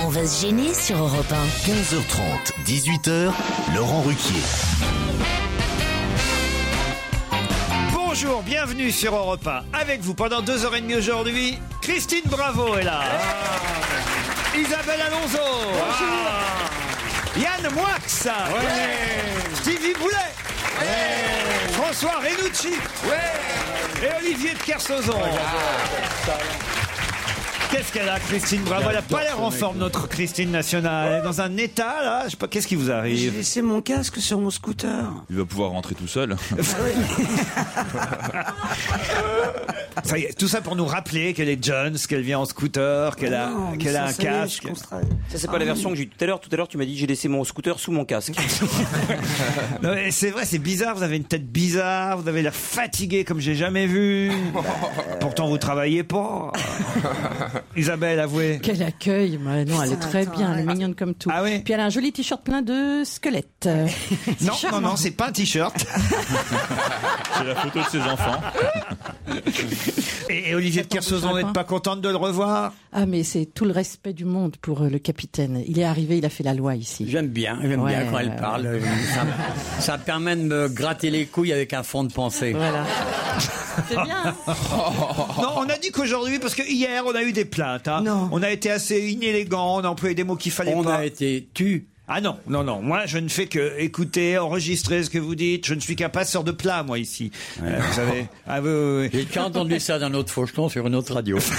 On va se gêner sur Europe 1. 15h30, 18h, Laurent Ruquier. Bonjour, bienvenue sur Europe 1. Avec vous pendant deux heures et demie aujourd'hui, Christine Bravo est là. Isabelle Alonso. Ah. Yann Moix. Stevie Boulet. François Renucci. Et Olivier de Kersauzon. Qu'est-ce qu'elle a, Christine Bravo Elle n'a pas l'air en forme, notre Christine nationale. Elle est dans un état, là. Je sais pas, qu'est-ce qui vous J'ai arrive laissé mon casque sur mon scooter. Il va pouvoir rentrer tout seul. Ah Ça y est, Tout ça pour nous rappeler qu'elle est jeune, qu'elle vient en scooter, qu'elle a, Non, mais qu'elle ça, a un ça y est, casque. je constate. Ça, c'est pas la version que j'ai eue tout à l'heure. Tout à l'heure, tu m'as dit j'ai laissé mon scooter sous mon casque. Non, mais c'est vrai, c'est bizarre. Vous avez une tête bizarre. Vous avez l'air fatigué comme j'ai jamais vu. Bah, Pourtant, vous travaillez pas. Isabelle, avouez. Quel accueil mais Non, elle est très bien, elle est mignonne comme tout. Ah oui Puis elle a un joli t-shirt plein de squelettes. Euh, c'est Non, non, charmant. non, c'est pas un t-shirt. C'est la photo de ses enfants. Et, et Olivier de J'attends Kersauzon tout ça, n'êtes quoi. pas contente de le revoir Ah mais c'est tout le respect du monde pour euh, le capitaine. Il est arrivé, il a fait la loi ici. J'aime bien, j'aime Ouais, bien quand elle ouais, parle. Ça, me- ça me permet de me gratter les couilles avec un fond de pensée. Voilà. c'est bien. hein Non, on a dit qu'aujourd'hui, parce que hier, on a eu des plaintes. hein. Non. On a été assez inélégant, on a employé des mots qu'il fallait On pas. a été tu. Ah non, non, non. Moi, je ne fais que écouter, enregistrer ce que vous dites. Je ne suis qu'un passeur de plat, moi, ici. Euh, vous savez. Ah oui, oui, oui. J'ai déjà entendu ça d'un autre faucheton sur une autre radio. Je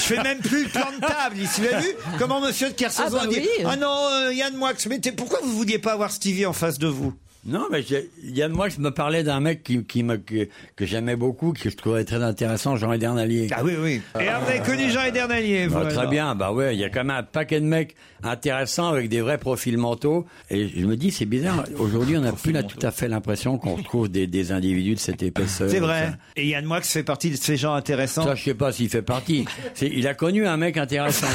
fais même plus le plan de table ici. Vous avez vu comment Monsieur de Kersauzon Ah bah a dit oui. Ah non, euh, Yann Moix, mais t'es- pourquoi vous vouliez pas avoir Stevie en face de vous Non, mais j'ai- il y a, moi, je me parlais d'un mec qui, qui me, que, que j'aimais beaucoup, que je trouvais très intéressant, Euh, Jean Edernalier. Ah oui, oui. Et alors, vous avez connu Jean Edernalier, vous Bah, alors très bien, bah ouais, il y a quand même un paquet de mecs intéressants avec des vrais profils mentaux. Et je me dis, c'est bizarre, aujourd'hui, on n'a plus là, tout à fait l'impression qu'on retrouve des, des individus de cette épaisseur. C'est vrai. Et Yann Moix fait partie de ces gens intéressants. Ça, je sais pas s'il fait partie. C'est- Il a connu un mec intéressant.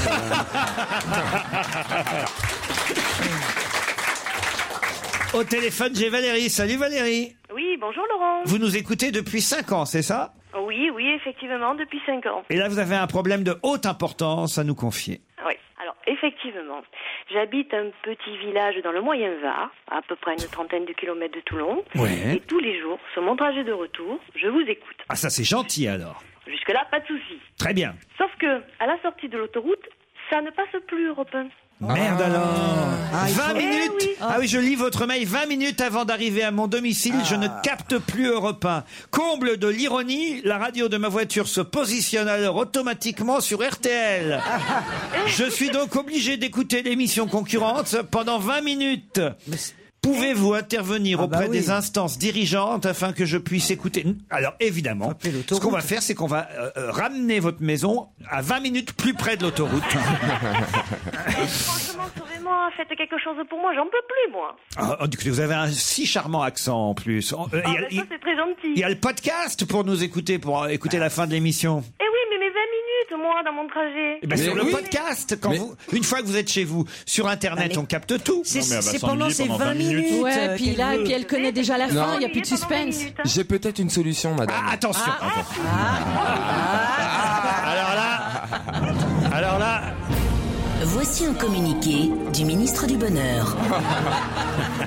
Au téléphone, j'ai Valérie. Salut Valérie. Oui, bonjour Laurent. Vous nous écoutez depuis 5 ans, c'est ça Oui, oui, effectivement, depuis 5 ans. Ah Et là, vous avez un problème de haute importance à nous confier. Oui. Alors, effectivement, j'habite un petit village dans le Moyen-Var, à peu près une trentaine de kilomètres de Toulon. Ouais. Et tous les jours, sur mon trajet de retour, je vous écoute. Ah, ça, c'est gentil alors. Jusque-là, pas de souci. Très bien. Sauf que, à la sortie de l'autoroute, ça ne passe plus, Europe 1. Oh. Merde Ah. alors 20 minutes Eh oui. Ah oui, je lis votre mail 20 minutes avant d'arriver à mon domicile, je Ah. ne capte plus Europe 1. Comble de l'ironie, la radio de ma voiture se positionne alors automatiquement sur RTL. Je suis donc obligé d'écouter l'émission concurrente pendant 20 minutes. Pouvez-vous intervenir Ah bah auprès oui. des instances dirigeantes afin que je puisse écouter Alors évidemment, Frapper ce l'autoroute. qu'on va faire, c'est qu'on va euh, euh, ramener votre maison à 20 minutes plus près de l'autoroute. Franchement, sauvez-moi, faites quelque chose pour moi, j'en peux plus, moi. Ah, oh, écoutez, vous avez un si charmant accent en plus. Oh, euh, Ah, il y a- ben, il ça, c'est très gentil. il y a le podcast pour nous écouter, pour euh, écouter la fin de l'émission. Eh oui, mais mes 20 minutes, moi, dans mon trajet. Eh ben, Mais sur le oui. podcast, quand Mais- vous, une fois que vous êtes chez vous, sur Internet, mais- on capte tout. C'est Non, mais elle va c'est s'ennuyer pendant ces pendant 20 vingt minutes. minutes. Ouais, euh, puis là, et qu'elle puis elle connaît déjà la fin, il n'y a Ennuyé plus de pendant 20 suspense. minutes, hein. J'ai peut-être une solution, madame. Ah. Ah, attention. Ah, Alors là, alors là, Voici un communiqué du ministre du Bonheur.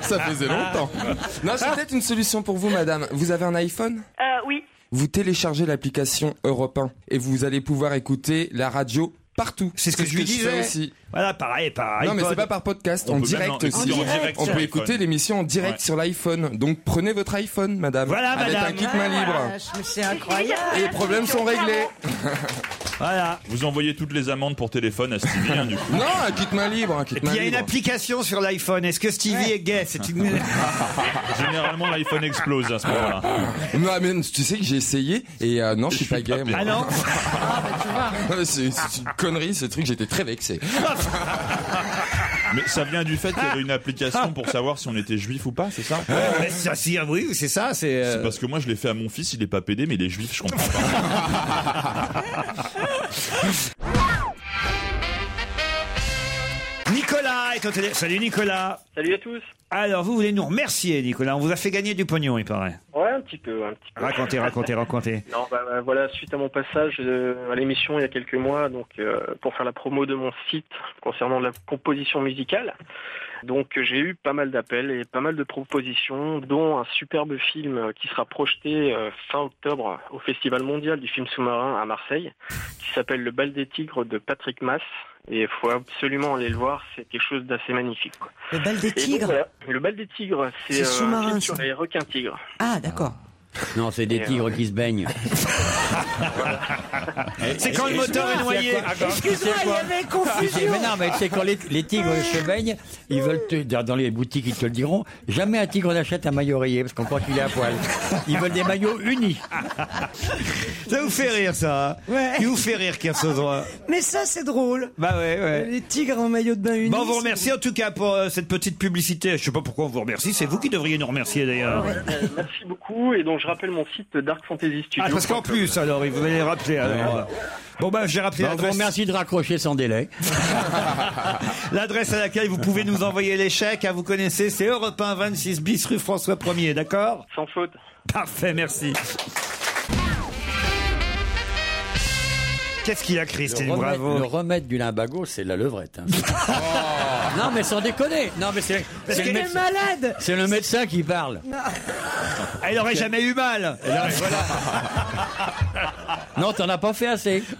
Ça faisait longtemps. Ah. Non, j'ai peut-être une solution pour vous, madame. Vous avez un iPhone Euh, oui. Vous téléchargez l'application Europe 1 et vous allez pouvoir écouter la radio partout. C'est ce que je lui fais disais. aussi. voilà, pareil, pareil. Non, mais c'est pas par podcast, On en peut même direct en- aussi. écouter en direct on sur peut l'iPhone. écouter l'émission en direct Ouais. sur l'iPhone. Donc prenez votre iPhone, madame. Voilà, avec madame. un kit main libre. C'est incroyable. Et les problèmes sont réglés. Voilà. Vous envoyez toutes les amendes pour téléphone à Stevie, hein, du coup. Non, un kit main libre, un kit Et Puis main il y a une libre. application sur l'iPhone. Est-ce que Stevie est gay C'est une. Généralement, l'iPhone explose à ce moment-là. Non, mais tu sais que j'ai essayé et euh, non, je suis pas gay. moi. Ah bah, non Ouais, C'est c'est une connerie ce truc, j'étais très vexé. Mais ça vient du fait qu'il y avait une application pour savoir si on était juif ou pas, c'est ça Ouais, ça, si, ah oui, c'est ça. C'est euh. C'est parce que moi, je l'ai fait à mon fils, il est pas pédé, mais il est juif, je comprends pas. Nicolas est au télé. Salut Nicolas. Salut à tous. Alors, vous voulez nous remercier, Nicolas. On vous a fait gagner du pognon, il paraît. Ouais, un petit peu, un petit peu. Racontez, racontez, racontez. Non, bah, bah, voilà, suite à mon passage euh, à l'émission il y a quelques mois, donc euh, pour faire la promo de mon site concernant la composition musicale, donc euh, j'ai eu pas mal d'appels et pas mal de propositions, dont un superbe film euh, qui sera projeté euh, fin octobre au Festival mondial du film sous-marin à Marseille, qui s'appelle Le bal des tigres de Patrick Mass. Et il faut absolument aller le voir, c'est quelque chose d'assez magnifique. quoi. Le bal Et des donc, tigres voilà, Le bal des tigres, c'est C'est euh, un sous-marin, film sur ça. les requins tigres. Ah, d'accord. Non, c'est des tigres qui se baignent. C'est quand le moteur est noyé. Euh, Ah, Excuse-moi, il y avait C'est- confusion. Ah, Mais non, mais c'est quand les, les tigres se baignent, ils veulent te, dans dans les boutiques, ils te le diront, jamais un tigre n'achète un maillot rayé parce qu'on croit qu'il est à poil. Ils veulent des maillots unis. Ça vous fait rire, ça. hein Ouais. Il vous fait rire, Kersozra. Mais ça, c'est drôle. Bah ouais, ouais. Les tigres en maillot de bain unis. Bon, on vous remercie en tout cas pour euh, cette petite publicité. Je sais pas pourquoi on vous remercie. C'est vous qui devriez nous remercier d'ailleurs. Euh, Merci beaucoup. Et donc, je rappelle mon site Dark Fantasy Studio. Ah, parce qu'en plus, alors, il vous allez rappeler. alors. Bon, bah, j'ai rappelé Bon, on vous l'adresse- remercie de raccrocher sans délai. l'adresse à laquelle vous pouvez nous envoyer les chèques. hein, vous connaissez, c'est Europe 1 26 bis rue François 1er, d'accord Sans faute. Parfait, merci. Qu'est-ce qu'il a, Christine le, remède, Bravo Oh. le remède du limbago, c'est la levrette. hein. Non, mais sans déconner. Non, mais c'est c'est le, Il est médecin- malade. c'est le médecin qui parle. Elle Ah, aurait jamais eu mal. Non, t'en as pas fait assez.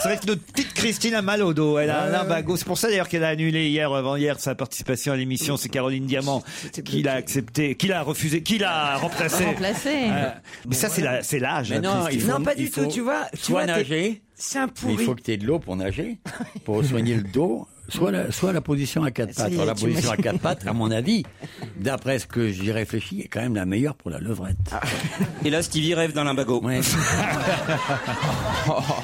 C'est vrai que notre petite Christine a mal au dos. Elle a un lumbago. C'est pour ça d'ailleurs qu'elle a annulé hier, avant-hier, sa participation à l'émission. C'est Caroline Diamant qui l'a accepté, qui l'a refusé, qui l'a remplacé. Remplacé. Euh, mais ça, c'est la- c'est l'âge. Mais hein, non, Christine. il faut- Non, pas il du tout, faut tu vois, tu soit vois, t'es- nager. C'est un Mais pourri. Il faut que tu aies de l'eau pour nager, pour soigner le dos, soit la, soit la position à quatre Ça pattes. y est, Alors, la tu position à m'as- quatre pattes, à mon avis, d'après ce que j'y réfléchis, est quand même la meilleure pour la levrette. Ah. Et là, Stevie rêve d'un limbago. Ouais.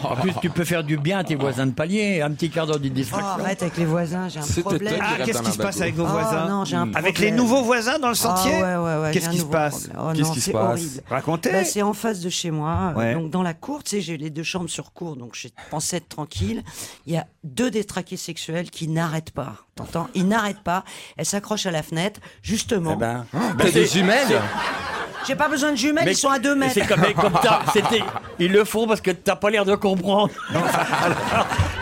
en plus, tu peux faire du bien à tes voisins de palier, un petit quart d'heure de Oh, distraction. arrête avec les voisins, j'ai C'était un problème. toi Ah, qu'est-ce qui se passe avec vos Oh, voisins non, j'ai un Avec les problème. nouveaux voisins dans le Ah, sentier ouais, ouais, ouais, j'ai Qu'est-ce un qui se nouveau passe problème. Oh, Qu'est-ce non, qui se c'est passe horrible. Racontez. Bah, C'est en face de chez moi, euh, Ouais. donc dans la cour, tu sais, j'ai les deux chambres sur cour, donc je pensais être tranquille. Il y a deux détraqués sexuels qui n'arrêtent pas, t'entends Ils n'arrêtent pas, elles s'accrochent à la fenêtre, justement. Hein Eh ben, T'as des jumelles J'ai pas besoin de jumelles, ils sont à deux mètres. C'est comme, mais comme t'as- c'était- ils le font parce que t'as pas l'air de comprendre. Alors,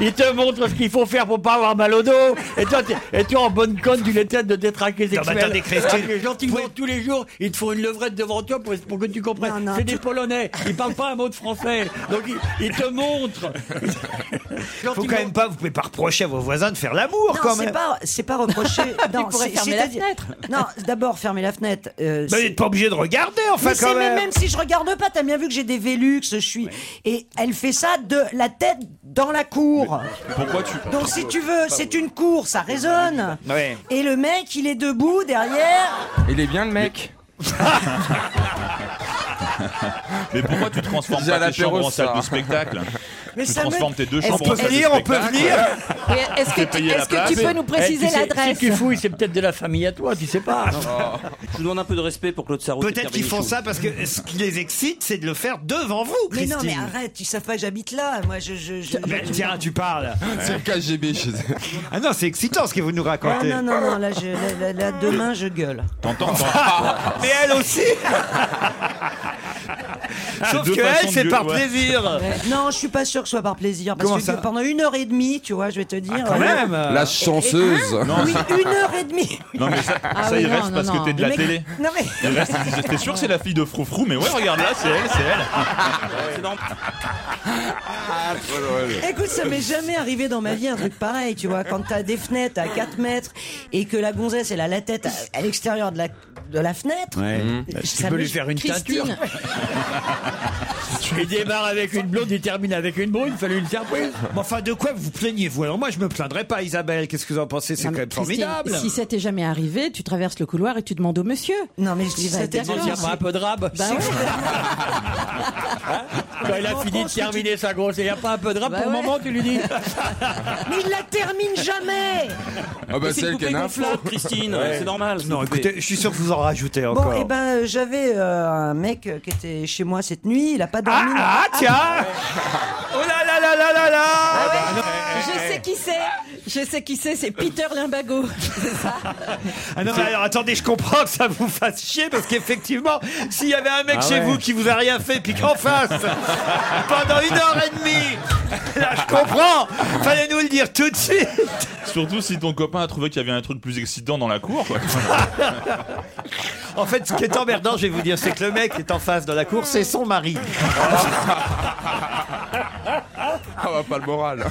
ils te montrent ce qu'il faut faire pour pas avoir mal au dos. Et toi, t'es- et toi en bonne conne, tu les traites de détraquer mais sexuel. attendez, Christine. Alors que gentiment, tous les jours, ils te font une levrette devant toi pour, pour que tu comprennes. Non, non, C'est des tu- Polonais. Ils parlent pas un mot de français. Donc, ils, ils te montrent. Faut Gentiment. quand même pas, vous pouvez pas reprocher à vos voisins de faire l'amour Non, quand c'est même. pas, c'est pas reproché. non, pourraient c'est- fermer la c'est-à-dire- fenêtre. Non, d'abord fermer la fenêtre. euh, Bah, vous c'est- n'êtes pas obligé de regarder enfin mais c'est- quand mais même. même si je regarde pas, t'as bien vu que j'ai des Velux, je suis. Et elle fait ça de la tête dans la cour. Pourquoi tu. Donc si tu veux, c'est une cour, ça résonne. Ouais. Et le mec, il est debout derrière. Il est bien le mec. Mais pourquoi tu transformes Déjà, pas tes chambres l'apéro, en salle ça. de spectacle Mais Tu ça me- transformes tes deux Est-ce chambres en On peut salle de venir, on peut spectacle venir. Et Est-ce que, J'ai tu, payé la est-ce que tu place. peux nous Eh, préciser tu sais, l'adresse Si tu fouilles, c'est peut-être de la famille à toi, tu sais pas. Je vous demande un peu de respect pour Claude Sarraud. et Peut-être Pierre qu'ils font Bénichou. ça parce que ce qui les excite, c'est de le faire devant vous, Mais Christine. non, mais arrête, tu sais pas, que j'habite là. Moi, je. je, je- Ah, ben, tiens, tu parles. C'est le KGB chez eux. Ah non, c'est excitant ce que vous nous Ah, racontez. non, non, non, là, je, là, là, là, demain, je gueule. T'entends t'entends- Mais elle aussi Sauf deux que façons elle, de c'est gueuler, par ouais. plaisir. Non, je suis pas sûr que ce soit par plaisir. Parce Comment que ça Ah, pendant une heure et demie, tu vois, je vais te dire. Quand euh, même La chanceuse. Oui, une heure et demie. Ah Non, mais ça, Ah ça, oui, il non, reste non, parce non. que t'es de Le la mec- télé. Non, mais. Il reste, t'es sûr que c'est la fille de Froufrou, mais ouais, regarde là, c'est elle, c'est elle. Ah, Écoute, ça m'est jamais arrivé dans ma vie un truc pareil, tu vois. Quand t'as des fenêtres à 4 mètres et que la gonzesse, elle a la tête à, à l'extérieur de la, de la fenêtre. Ouais. Bah, Tu ça peux m'est- lui faire une teinture. Christine, Il démarre avec une blonde, il termine avec une brune, il fallait une surprise. Mais enfin, de quoi vous plaignez-vous Alors moi, je me plaindrai pas, Isabelle. Qu'est-ce que vous en pensez C'est quand même Christine, formidable. Si ça t'est jamais arrivé, tu traverses le couloir et tu demandes au monsieur. Non, mais Si ça t'est "Oh, dit, tiens, un peu de rab. Bah ouais. Hein Quand il a fini de terminer sa grosse, il n'y a pas un peu de rab Bah pour le ouais. moment, tu lui dis. Mais il la termine jamais Ah bah, c'est celle une qui a poupée une info. gonflable, Christine, Ouais. c'est normal. c'est une Non, poupée. écoutez, je suis sûr que vous en rajoutez Bon, encore. et ben euh, j'avais euh, un mec euh, qui était chez moi cette nuit, il a pas dormi. Ah, ah, tiens Oh là là là là là là Ah Je sais qui c'est. Je sais qui c'est. C'est Peter Limbago. C'est ça. Ah non, mais alors attendez, je comprends que ça vous fasse chier parce qu'effectivement, s'il y avait un mec Ah chez ouais. vous qui vous a rien fait, puis qu'en face, pendant une heure et demie, là Ah, je comprends, fallait nous le dire tout de suite. Surtout si ton copain a trouvé qu'il y avait un truc plus excitant dans la cour. quoi. En fait, ce qui est emmerdant, je vais vous dire, c'est que le mec qui est en face dans la cour, c'est son mari. Ah bah, pas le moral.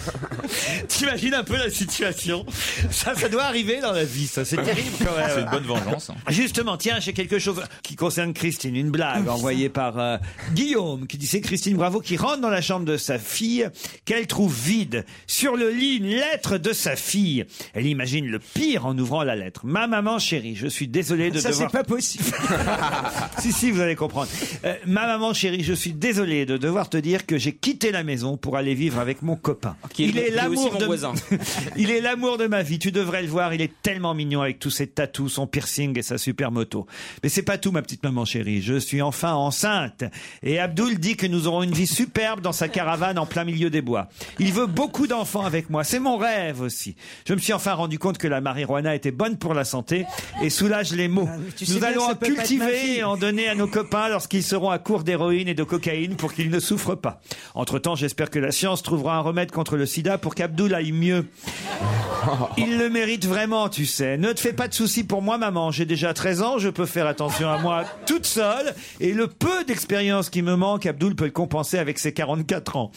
T'imagines un peu la situation Ça, ça doit arriver dans la vie, ça, c'est terrible quand même. C'est une bonne vengeance. hein. Justement, tiens, j'ai quelque chose qui concerne Christine, une blague envoyée par euh, Guillaume qui dit c'est Christine Bravo qui rentre dans la chambre de sa fille qu'elle trouve vide. Sur le lit, une lettre de sa fille. Elle imagine le pire en ouvrant la lettre. Ma maman chérie, je suis désolée de Ça, c'est devoir pas possible. si, si, vous allez comprendre. Euh, ma maman chérie, je suis désolé de devoir te dire que j'ai quitté la maison pour aller vivre avec mon copain. Qui est- qui est aussi mon de voisin. il est l'amour de ma vie. Tu devrais le voir. Il est tellement mignon avec tous ses tatous, son piercing et sa super moto. Mais c'est pas tout, ma petite maman chérie. Je suis enfin enceinte. Et Abdoul dit que nous aurons une vie superbe dans sa caravane en plein milieu des bois. Il veut beaucoup d'enfants avec moi. C'est mon rêve aussi. Je me suis enfin rendu compte que la marijuana était bonne pour la santé et soulage les maux. Ah tu sais Nous bien allons que ça en peut pas être ma cultiver fille. et en donner à nos copains lorsqu'ils seront à court d'héroïne et de cocaïne pour qu'ils ne souffrent pas. Entre-temps, j'espère que la science trouvera un remède contre le sida pour qu'Abdoul aille mieux. Il le mérite vraiment, tu sais. Ne te fais pas de soucis pour moi, maman. J'ai déjà 13 ans, je peux faire attention à moi toute seule. Et le peu d'expérience qui me manque, Abdoul peut le compenser avec ses 44 ans.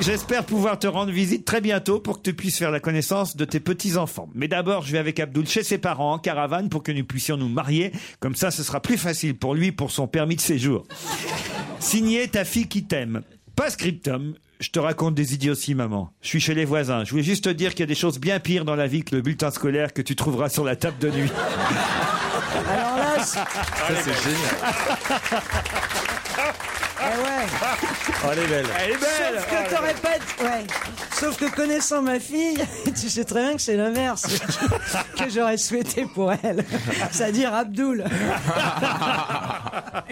J'espère pouvoir te rendre visite très bientôt pour que tu puisses faire la connaissance de tes petits-enfants. Mais d'abord, je vais avec Abdoul chez ses parents en caravane pour que nous puissions nous marier. Comme ça, ce sera plus facile pour lui pour son permis de séjour. Signé ta fille qui t'aime. Pas scriptum. Je te raconte des idioties, maman. Je suis chez les voisins. Je voulais juste te dire qu'il y a des choses bien pires dans la vie que le bulletin scolaire que tu trouveras sur la table de nuit. Alors là, c'est- Ça, c'est génial. eh ouais. Oh, elle est belle. Elle est belle Sauf que t'aurais pas. d- Ouais. Sauf que connaissant ma fille, tu sais très bien que c'est l'inverse que j'aurais souhaité pour elle. C'est-à-dire Abdoul.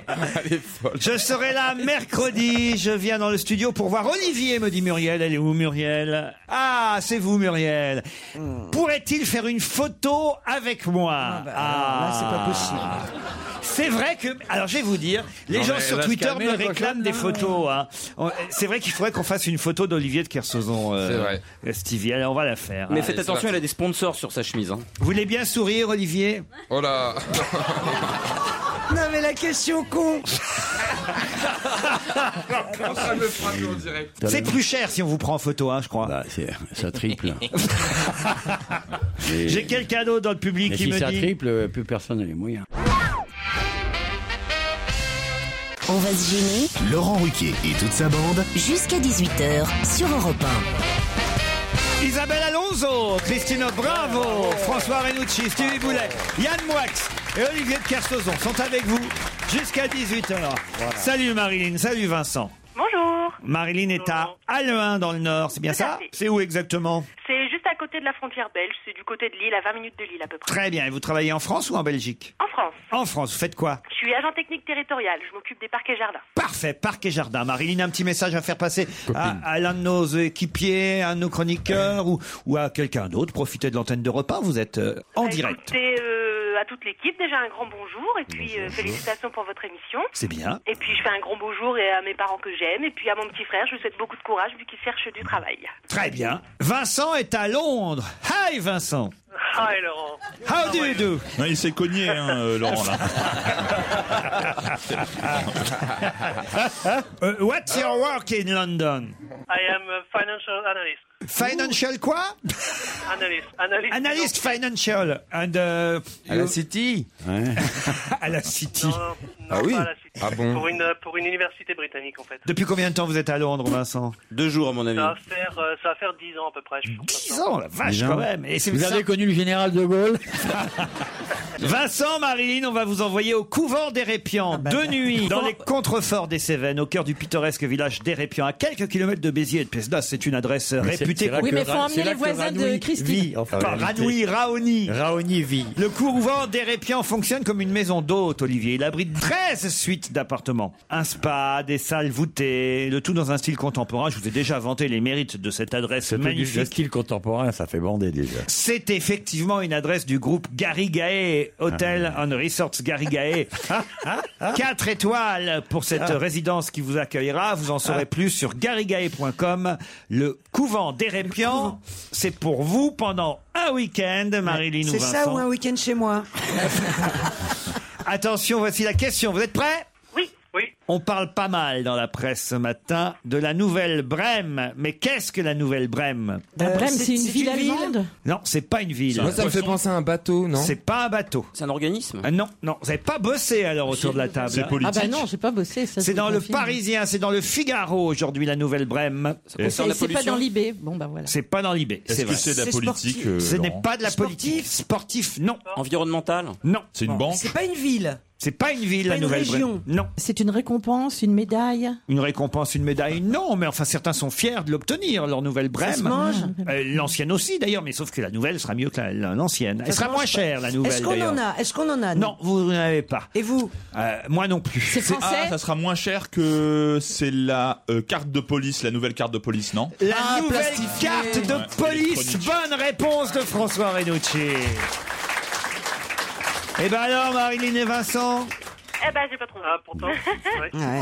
Ah, Elle est folle. Je serai là mercredi. Je viens dans le studio pour voir Olivier, me dit Muriel. Elle est où, Muriel Ah, c'est vous, Muriel. Hmm. Pourrait-il faire une photo avec moi Ah, bah, Là, c'est pas possible. C'est vrai que, alors je vais vous dire, les Non, gens mais sur elle va se Twitter calmer, me la prochaine. réclament des photos. hein. On- C'est vrai qu'il faudrait qu'on fasse une photo d'Olivier de Kersauzon, euh, C'est vrai. Stevie. Allez, on va la faire. Mais hein. faites Allez, c'est attention, parti. elle a des sponsors sur sa chemise. hein. Vous voulez bien sourire, Olivier Oh là. Non, mais la question con. Ça me frappe en direct. C'est plus cher si on vous prend en photo, hein, je crois. Bah, c'est- ça triple. J'ai quelqu'un d'autre dans le public Mais qui si me ça dit. triple, euh, plus personne n'a les moyens. On va se gêner Laurent Ruquier et toute sa bande. jusqu'à 18h sur Europe Isabelle Alonso, Christina Bravo, François Renucci, Stevie Boulet, Yann Moix et Olivier de Kersauzon sont avec vous jusqu'à 18h. Salut Marilyn, salut Vincent. Bonjour. Marilyn est à Halluin dans le Nord, c'est bien Tout à ça fait. C'est où exactement C'est juste à côté de la frontière belge, c'est du côté de Lille, à 20 minutes de Lille à peu près. Très bien, et vous travaillez en France ou en Belgique En France, En France, vous faites quoi je suis agent technique territorial, je m'occupe des parcs et jardins. Parfait, parc et jardin. Marilyn, un petit message à faire passer à, à l'un de nos équipiers, à un de nos chroniqueurs ou, ou à quelqu'un d'autre. Profitez de l'antenne de repas, vous êtes euh, en Bah, direct. écoutez, euh, à toute l'équipe, déjà un grand bonjour et puis euh, félicitations pour votre émission. C'est bien. Et puis je fais un grand bonjour et à mes parents que j'aime et puis à mon petit frère, je lui souhaite beaucoup de courage vu qu'il cherche du travail. Très bien. Vincent est à Londres. Hi Vincent. Hi Ah, Laurent. How do you do? Non, il s'est cogné, hein, euh, Laurent, là. Uh, what's your work in London? I am a financial analyst. Financial quoi Analyst, analyst. Analyst financial. And, uh, À la City À la City. Ah Non, pas à la City. pour, une, euh, pour une université britannique, en fait. Depuis combien de temps vous êtes à Londres, Vincent Deux jours, à mon Ça va faire, euh, ça va faire 10 ans à peu près. 10 ans, la vache, Déjà. quand même. Vous avez connu le général de Gaulle Vincent, Marilyn, on va vous envoyer au couvent Ah, d'Érépian, bah, de nuit, Oh. dans les contreforts des Cévennes, au cœur du pittoresque village d'Érépian, à quelques kilomètres de Béziers et de Pesdas. C'est une adresse Mais c'est- réputée. c'est là Oui, que mais faut Ra- emmener c'est là les que voisins Ranouille de Christine. vit, en Pas réalité. Ranouille, Raoni. Raoni vit. Le couvent d'Érépian fonctionne comme une maison d'hôte, Olivier. Il abrite 13 suites d'appartements. Un spa, des salles voûtées, le tout dans un style contemporain. Je vous ai déjà vanté les mérites de cette adresse magnifique. Le style contemporain, ça fait bander déjà. C'est effectivement une adresse du groupe Garigae, Hotel and Resorts Garigae. Quatre étoiles pour cette Ah. résidence qui vous accueillera. Vous en saurez plus sur garigae.com. Le couvent d'Érépian, c'est pour vous pendant un week-end, Marilyn ou C'est ça Vincent. ou un week-end chez moi Attention, voici la question. Vous êtes prêts Oui, oui. On parle pas mal dans la presse ce matin de la Nouvelle Brême. Mais qu'est-ce que la Nouvelle Brême La Euh, Brême, c'est une ville allemande Non, c'est pas une ville. Moi, ça me fait penser à un bateau, non C'est pas un bateau. C'est un organisme Non, non. Vous n'avez pas bossé alors autour de la table. hein. Ah bah non, j'ai pas bossé. ça, C'est je dans vous le confirme. Parisien, c'est dans le Figaro aujourd'hui, la Nouvelle-Brême. Et C'est pas dans l'IB. Bon bah voilà. C'est pas dans l'IB. Est-ce c'est que vrai. c'est de la C'est politique, sportif. euh, Ce n'est Laurent pas de la politique. Sportif, non. Environnemental Non. C'est une Non. banque C'est pas une ville. C'est pas une ville, Pas la une Nouvelle-Brême. région. Non. C'est une récompense, une médaille. Une récompense, une médaille, non, mais enfin certains sont fiers de l'obtenir, leur nouvelle brème. se mange Euh, l'ancienne aussi d'ailleurs, mais sauf que la nouvelle sera mieux que la- la- l'ancienne. Ça Elle sera se moins mange pas. chère, la nouvelle. Est-ce qu'on d'ailleurs. en a Est-ce qu'on en a Non, vous n'en avez pas. Et vous Euh, Moi non plus. Ah, ça sera moins cher que c'est la euh, carte de police, la nouvelle carte de police, non La nouvelle carte de Ouais, police. électronique. Bonne réponse de François Renucci. Eh ben alors, Marilyn et Vincent, Eh ben, j'ai pas trouvé. Ah, pourtant.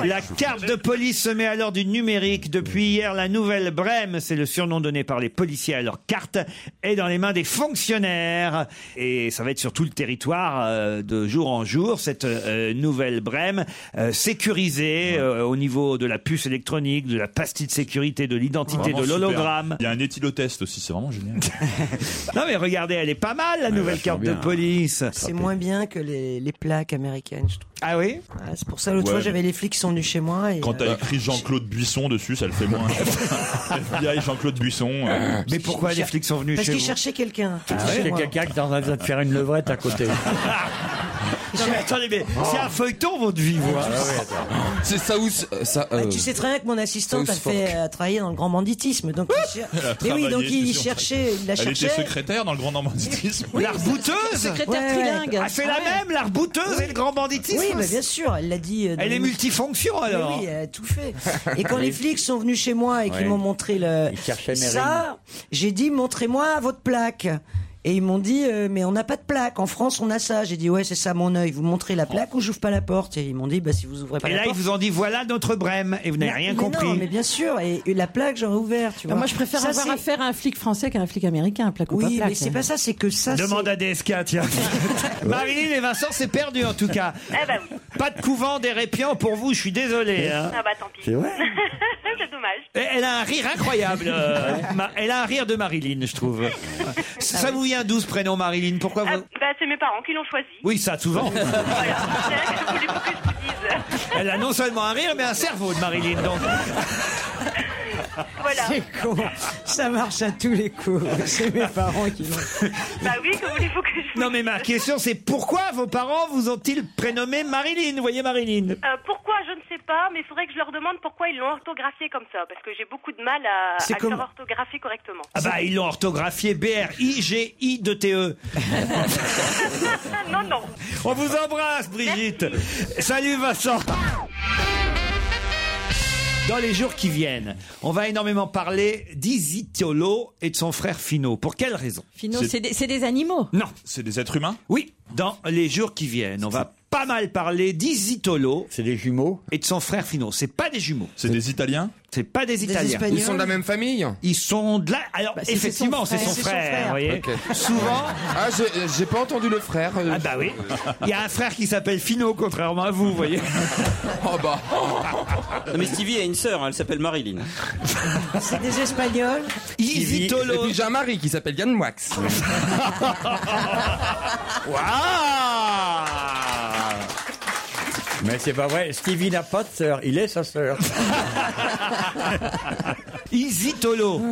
la carte de police se met à l'heure du numérique. Depuis hier, la nouvelle Brème, c'est le surnom donné par les policiers à leur carte, est dans les mains des fonctionnaires. Et ça va être sur tout le territoire euh, de jour en jour, cette euh, nouvelle Brème, euh, sécurisée euh, au niveau de la puce électronique, de la pastille de sécurité, de l'identité, Vraiment de super. l'hologramme. Il y a un éthylotest aussi, c'est vraiment génial. Non mais regardez, elle est pas mal la nouvelle carte de police. C'est moins bien que les, les plaques américaines, je trouve. Ah oui C'est pour ça, l'autre Ouais, fois, mais- j'avais les flics qui sont venus chez moi. Et, Quand t'as euh, écrit Jean-Claude Buisson dessus, ça le fait moins. FBI Jean-Claude Buisson. euh. Mais pourquoi les flics sont venus Parce chez qu'ils vous Ah cherchaient quelqu'un. Ah, Il y a quelqu'un qui est en train de faire une levrette à côté. Non, mais attendez, mais Oh. c'est un feuilleton votre Ah, vie, vous. hein. C'est ça où ça. euh, Tu sais très bien que mon assistante a South Fork. fait euh, travailler dans le grand banditisme, donc il cher- Elle a mais oui, travaillé donc il dessus, en fait. cherchait, il la Elle était cherchait. secrétaire dans le grand banditisme. Oui, la rebouteuse secrétaire trilingue. Ah, c'est la Ah ouais. même, la rebouteuse et le grand banditisme Oui, bah, bien sûr, elle l'a dit. euh, dans Elle est l'émission. multifonction Mais alors Oui, elle a tout fait. Et quand les flics sont venus chez moi et qu'ils Ouais. m'ont montré le Ils cherchaient mes ça, j'ai dit montrez-moi votre plaque. Et ils m'ont dit euh, mais on n'a pas de plaque en France on a ça. J'ai dit ouais c'est ça mon œil. Vous montrez la plaque ou j'ouvre pas la porte. Et ils m'ont dit bah si vous ouvrez pas Et la là, ils porte. vous ont dit voilà notre brème et vous n'avez Mais- rien mais compris. Non mais bien sûr et, et la plaque j'aurais ouvert tu Bah, vois. moi, je préfère Ça, avoir c'est- affaire à un flic français qu'à un flic américain, plaque ou pas Oui plaque. mais c'est pas ça c'est que ça. c'est- Demande à DSK, tiens. Marilyn et Vincent, c'est perdu en tout cas. Eh ben oui. Pas de couvent des répiants pour vous, je suis désolé. hein. Ah bah tant pis. C'est vrai c'est dommage. Et Elle a un rire incroyable. euh, Ma- Elle a un rire de Marilyn, je trouve. Ça ça vous vient d'où ce prénom, Marilyn Pourquoi Ah, vous... bah, c'est mes parents qui l'ont choisi. Oui, ça, souvent. Voilà. C'est là que je voulais pas que je vous dise. Elle a non seulement un rire, mais un cerveau de Marilyn. Donc, Voilà. C'est con. Ça marche à tous les coups. C'est mes parents qui l'ont. Bah oui, que voulez-vous que je vous non, mais ma question, c'est pourquoi vos parents vous ont-ils prénommé Marilyn Vous voyez, Marilyn Euh, pourquoi je ne sais pas, mais il faudrait que je leur demande pourquoi ils l'ont orthographié comme ça, parce que j'ai beaucoup de mal à, à C'est le comme- faire orthographier correctement. Ah bah, ils l'ont orthographié B-R-I-G-I-D-T-E. non, non. On vous embrasse, Brigitte. Salut, Vincent. Dans les jours qui viennent, on va énormément parler d'Isitiolo et de son frère Fino. Pour quelle raison Finot, C'est- c'est des, c'est des animaux. Non. C'est des êtres humains Oui, dans les jours qui viennent, on va pas mal parlé d'Isitolo. C'est des jumeaux. Et de son frère Fino. C'est pas des jumeaux. C'est des Italiens C'est pas des Des Italiens. Espagnols Ils sont de la même famille Ils sont de la. Alors, Bah, si, c'est son effectivement, c'est frère. son, C'est son frère. frère. vous voyez. Ok. Souvent. Ah, j'ai- j'ai pas entendu le frère. euh. Ah bah oui. Il y a un frère qui s'appelle Fino, contrairement à vous, vous voyez. Oh bah. Non, mais Stevie a une sœur, hein, elle s'appelle Marilyn. C'est des Espagnols. Isitolo. Et puis j'ai un Ah, mari qui s'appelle Yann Wax. Ah Mais c'est pas vrai, Stevie n'a pas de sœur, il est sa sœur. Isitolo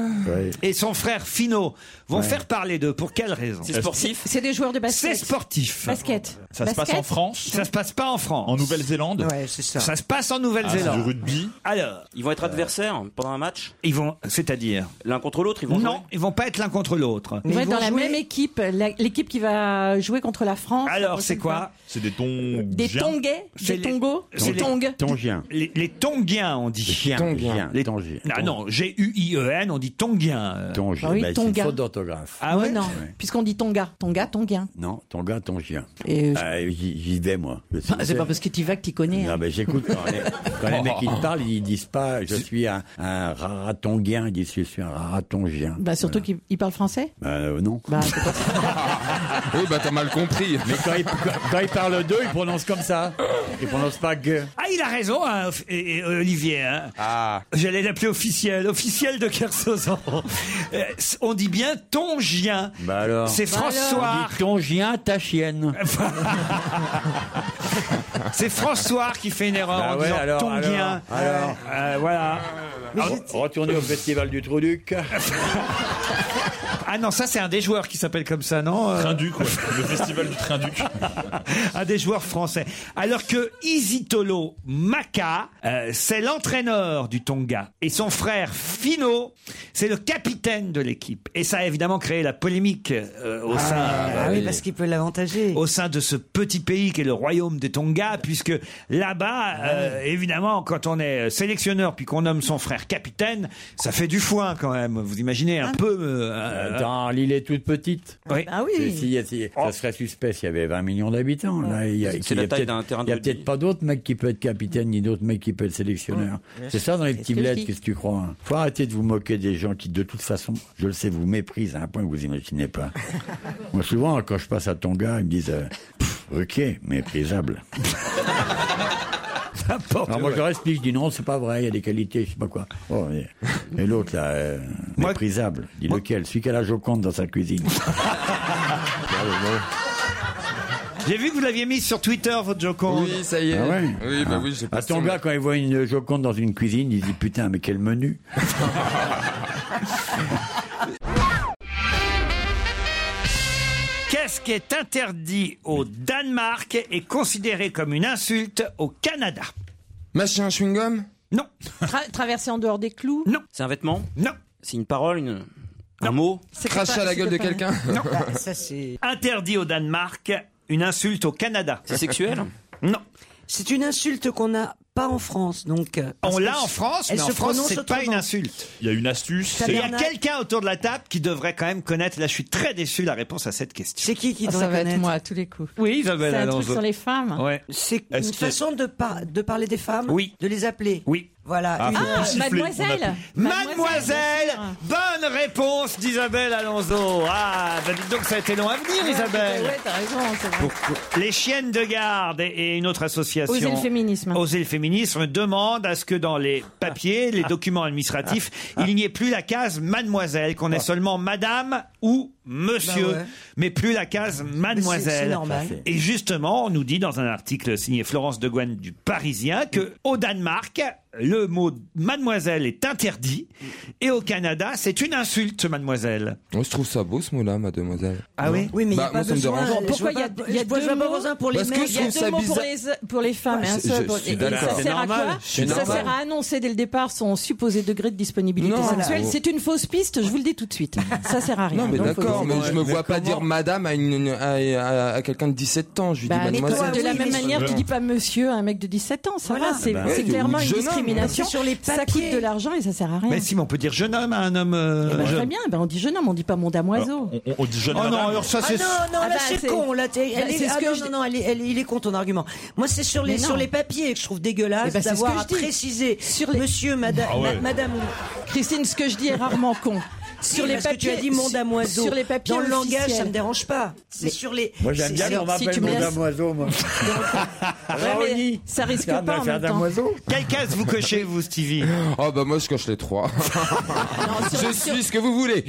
et son frère Fino vont faire parler d'eux. Pour quelle raison C'est sportif C'est des joueurs de basket. C'est sportif. Basket. Ça se passe Basket en France Ça se passe pas en France. En Nouvelle-Zélande Ah, Ouais, c'est ça. Ça se passe en Nouvelle-Zélande. rugby. Alors. Ils vont être Euh. adversaires pendant un match Ils vont, c'est-à-dire L'un contre l'autre, ils vont Non, ils vont pas être l'un contre l'autre. Ils vont être dans la même équipe, la- l'équipe qui va jouer contre la France. Alors, c'est quoi C'est des Tongiens. Euh, Des Tongais Des Tongos Des Tongues Les, les Tongiens, on dit. Tongiens. Les Ah non, G-U-I-E-N, E on dit Tongiens. Tongiens, Ah oui, bah, c'est une Tonga. faute d'orthographe. Ah Non, non, puisqu'on dit Tonga. Tonga, Tonguien. Non, Tonga, Tongien. Et Ah, j'y j'y vais, moi. Je sais Ah, où c'est pas parce que tu vas que tu connais. Non, hein. mais j'écoute quand les, quand les Oh. mecs ils parlent, ils disent pas je suis un, un raratongien, ils disent je suis un raratongien. Bah, surtout qu'il il parle français. Bah, euh, non. oui, bah t'as mal compris. Mais quand ils quand ils parlent d'eux, ils prononcent comme ça. Ils prononcent pas que. Ah, il a raison, hein, F- et- et Olivier. hein. J'allais l'appeler officiel, officiel de Kersozan. Euh, c- on dit bien Tongien. Bah alors. C'est Bah François. alors. On dit Tongien, ta chienne. C'est François qui fait une erreur Bah en ouais, disant alors, Tonguien. alors, Euh, voilà. Ah, Retournez au festival du Trouduc. Ah non, ça c'est un des joueurs qui s'appelle comme ça, non euh Train-Duc, ouais. Le festival du Train-Duc. un des joueurs français. Alors que Isitolo Maka, euh, c'est l'entraîneur du Tonga. Et son frère Fino, c'est le capitaine de l'équipe. Et ça a évidemment créé la polémique euh, au sein... Ah oui, parce qu'il peut l'avantager. au sein de ce petit pays qu'est le royaume des Tonga, puisque là-bas, euh, évidemment, quand on est euh, sélectionneur puis qu'on nomme son frère capitaine, ça fait du foin quand même. Vous imaginez un peu. euh, Ah, euh, Dans Ah, l'île est toute petite. Ah Si- si- si- Ça serait suspect s'il y avait 20 millions d'habitants. là, il y a- Oh. C'est qu'il y la a taille peut-être- d'un terrain Il n'y a de peut-être pas d'autres mecs qui peuvent être capitaine, ni d'autres mecs qui peuvent être sélectionneurs. Ouais. C'est ça dans les C'est ce petits que je bleds, dis. qu'est-ce que tu crois hein Faut arrêter de vous moquer des gens qui, de toute façon, je le sais, vous méprisent à un point que vous imaginez pas. Moi, souvent, quand je passe à Tonga, ils me disent euh, Pff, Ok, méprisable. Alors Ah, moi je leur explique, je dis non, c'est pas vrai, il y a des qualités, je sais pas quoi. Oh, et et l'autre là, euh, méprisable, dis lequel Celui qui a la Joconde dans sa cuisine. J'ai vu que vous l'aviez mis sur Twitter, votre Joconde. Oui, ça y est. Ah ouais Oui, bah oui, j'ai À posté Tonga, quand ils voient une Joconde dans une cuisine, ils disent putain, mais quel menu Qu'est-ce qui est interdit au Danemark et considéré comme une insulte au Canada Mâcher un chewing-gum Non. Tra- traverser en dehors des clous Non. C'est un vêtement Non. C'est une parole, une- un mot C'est Cracher pas- à la c'est gueule de pas- quelqu'un Non. Bah, Ça, c'est. Interdit au Danemark, une insulte au Canada. C'est sexuel Non. C'est une insulte qu'on n'a pas en France, donc. euh, parce On que l'a c- en France, elle mais en se France, prononce c'est pas autrement. une insulte. Il y a une astuce. Il y a quelqu'un autour de la table qui devrait quand même connaître. Là, je suis très déçu de la réponse à cette question. C'est qui qui Ah, devrait ça va être connaître moi à tous les coups. Oui, Isabelle C'est un truc Alonso. sur les femmes. Ouais. C'est une Est-ce que- façon de, par- de parler des femmes Oui. De les appeler Oui. Voilà. Ah, Une- faut Ah, plus siffler, mademoiselle. on appuie. Mademoiselle, bonne réponse d'Isabelle Alonso. Ah, bah dites donc, ça a été long à venir, Ouais, Isabelle. Ah Ouais, t'as raison, c'est vrai. Les chiennes de garde et et une autre association. Oser le féminisme. Oser le féminisme demande à ce que dans les papiers, les documents administratifs, il n'y ait plus la case mademoiselle, qu'on ait seulement madame ou monsieur, Ah. Bah ouais. mais plus la case mademoiselle. c'est normal. Et justement, on nous dit dans un article signé Florence de Gouenne du Parisien que au Danemark, le mot mademoiselle est interdit et au Canada, c'est une insulte, mademoiselle. Moi, je trouve ça beau ce mot-là, mademoiselle. Ah oui Oui, mais il n'y a Bah, pas moi, ça me besoin. dérange je Pourquoi il y vois a, pas- il y a je vois deux pas mots Bozin pour les Parce que mecs je Il y a trouve deux ça mots pour bizarre. les, pour les femmes et un Je- seul je pour- suis et- et d'accord. Ça sert à quoi Je suis Ça normal. sert à annoncer dès le départ son supposé degré de disponibilité Non. sexuelle. Voilà. C'est une fausse piste, je vous le dis tout de suite. Ça sert à Ah, rien. Non, mais Donc, faut- d'accord, d'accord, mais je me vois pas dire madame à, une- une- à- à- à quelqu'un de 17 ans. Je lui dis Bah, mais toi, mademoiselle. de la même manière, tu dis pas monsieur à un mec de 17 ans, ça va, c'est Bah, c'est ouais, ou clairement une jeune homme. discrimination. Parce que sur les ça papiers- coûte de l'argent et ça sert à rien. Mais si, mais on peut dire jeune homme à un homme euh, Eh ben, jeune. très bien, ben, on dit jeune homme, on dit pas mon damoiseau. On, dit jeune Oh madame. non, alors ça, c'est- Ah non, non, Ah là, bah, c'est c'est- con. Là, t'es- Bah, elle est- c'est ce ah que non, je- non, non, elle est- elle est- il est con ton argument. Moi, c'est sur les, Mais non. sur les papiers que je trouve Eh dégueulasse ben, c'est ce d'avoir que à je dis. préciser monsieur, madame, Ah ouais. ma- madame. Christine, ce que je dis est rarement con. Sur les papiers, tu as dit mon damoiseau. Sur les papiers, Dans le langage, officiels. ça me dérange pas. C'est Mais- sur les. Moi, j'aime c'est- bien c'est- qu'on si m'appelle tu me mon laisses- damoiseau, moi. Raoni. ça risque C'est un- pas en c'est un même temps. damoiseau Quelle case vous cochez, vous, Stevie Oh, bah moi, je coche les trois. sur- je sur- suis ce que vous voulez.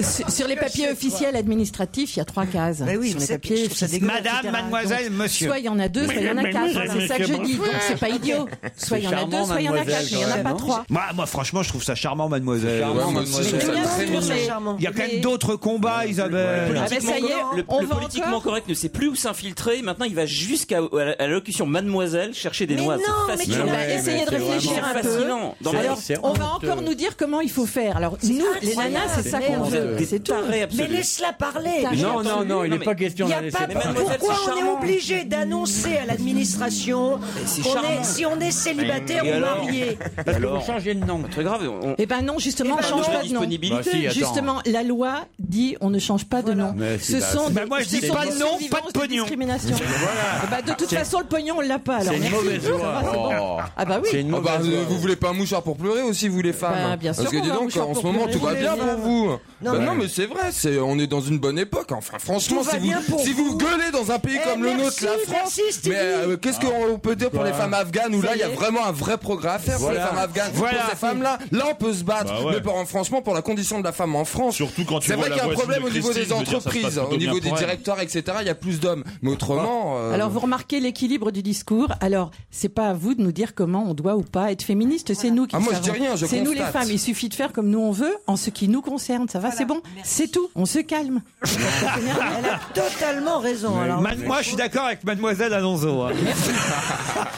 Sur, sur les papiers officiels administratifs, il y a trois cases. Mais oui, sur mais les ça- je papiers trouve ça fiscaux, dégueulasse, etc. etc. mademoiselle, Donc, monsieur. Soit il y en a deux, soit il y en a quatre. C'est ça que je dis. Donc c'est pas idiot. Soit il y en a deux, soit il y en a quatre. mais Il y en a pas trois. Moi, Bah, moi, franchement, je trouve ça charmant, mademoiselle. charmant, Ouais, moi mademoiselle. aussi, je trouve ça très mignon. Il y a charmant. quand même d'autres combats, Ah, Isabelle. Euh, Politiquement correct- le, le politiquement correct ne sait plus où s'infiltrer. Maintenant, il va jusqu'à à la- à l'allocution mademoiselle chercher des Mais noises. non, mais tu as essayé de réfléchir un peu. fascinant. Dans Alors, la- on va encore nous dire comment il faut faire. Alors, nous, les incroyable. nanas, c'est ça C'est qu'on honteux. Euh, veut. Des C'est tout. tarés absolus. Mais laisse-la parler. Non, non, non, il n'est pas question Y de a la laisser pas- parler. Pourquoi on est obligé d'annoncer à l'administration c'est qu'on charmant. est, si on est célibataire ou marié Parce que vous changez de nom. Ah, Très grave. on- Eh ben non, justement, Eh ben on change non. pas de nom. Disponibilité. Bah si, attends. justement, la loi dit on ne change pas de nom. Mais Ce c'est pas- sont Bah des- moi, je ce dis sont pas des de nom, pas de survivances pognon. discrimination. Voilà. Eh ben, de toute C'est- façon, le pognon, on l'a pas. alors. C'est une Merci. mauvaise Ça va, c'est bon. Oh. Oh. Ah bah oui. Ah bah, euh, vous voulez pas un mouchard pour pleurer aussi, vous les femmes Bah, bien sûr Parce que qu'on dis veut un donc, mouchard en pour ce moment, pleurer. tout va Vous bien voulez pour bien. vous. Non, Bah, mais- non, mais c'est vrai, c'est- on est dans une bonne époque. Enfin, franchement, Tout si va vous, bien pour si vous vous. gueulez dans un pays Eh, comme le nôtre, merci, la France, merci, Stevie. mais euh, qu'est-ce qu'on Ah. peut dire pour les Bah, femmes afghanes où là, ça il y y a est. vraiment un vrai progrès à faire pour Voilà. les femmes afghanes Voilà. Pour ces femmes-là, là, on peut se battre. Bah ouais. Mais pour, en- franchement, pour la condition de la femme en France, Surtout quand tu c'est vois vrai qu'il y la a un voisine problème de au niveau des Christine, je veux dire, ça se entreprises, passe plutôt au niveau bien des pour elle. directeurs, etc. Il y a plus d'hommes. Mais autrement. euh, Alors vous remarquez l'équilibre du discours. Alors c'est pas à vous de nous dire comment on doit ou pas être féministe. C'est nous qui. Ah, moi, je savons. dis rien, je C'est nous les constate. femmes. Il suffit de faire comme nous on veut en ce qui nous concerne. Ça va, c'est bon. C'est tout. On se calme. Elle a totalement raison. alors. Ma- Moi, je suis d'accord avec mademoiselle Alonso. hein.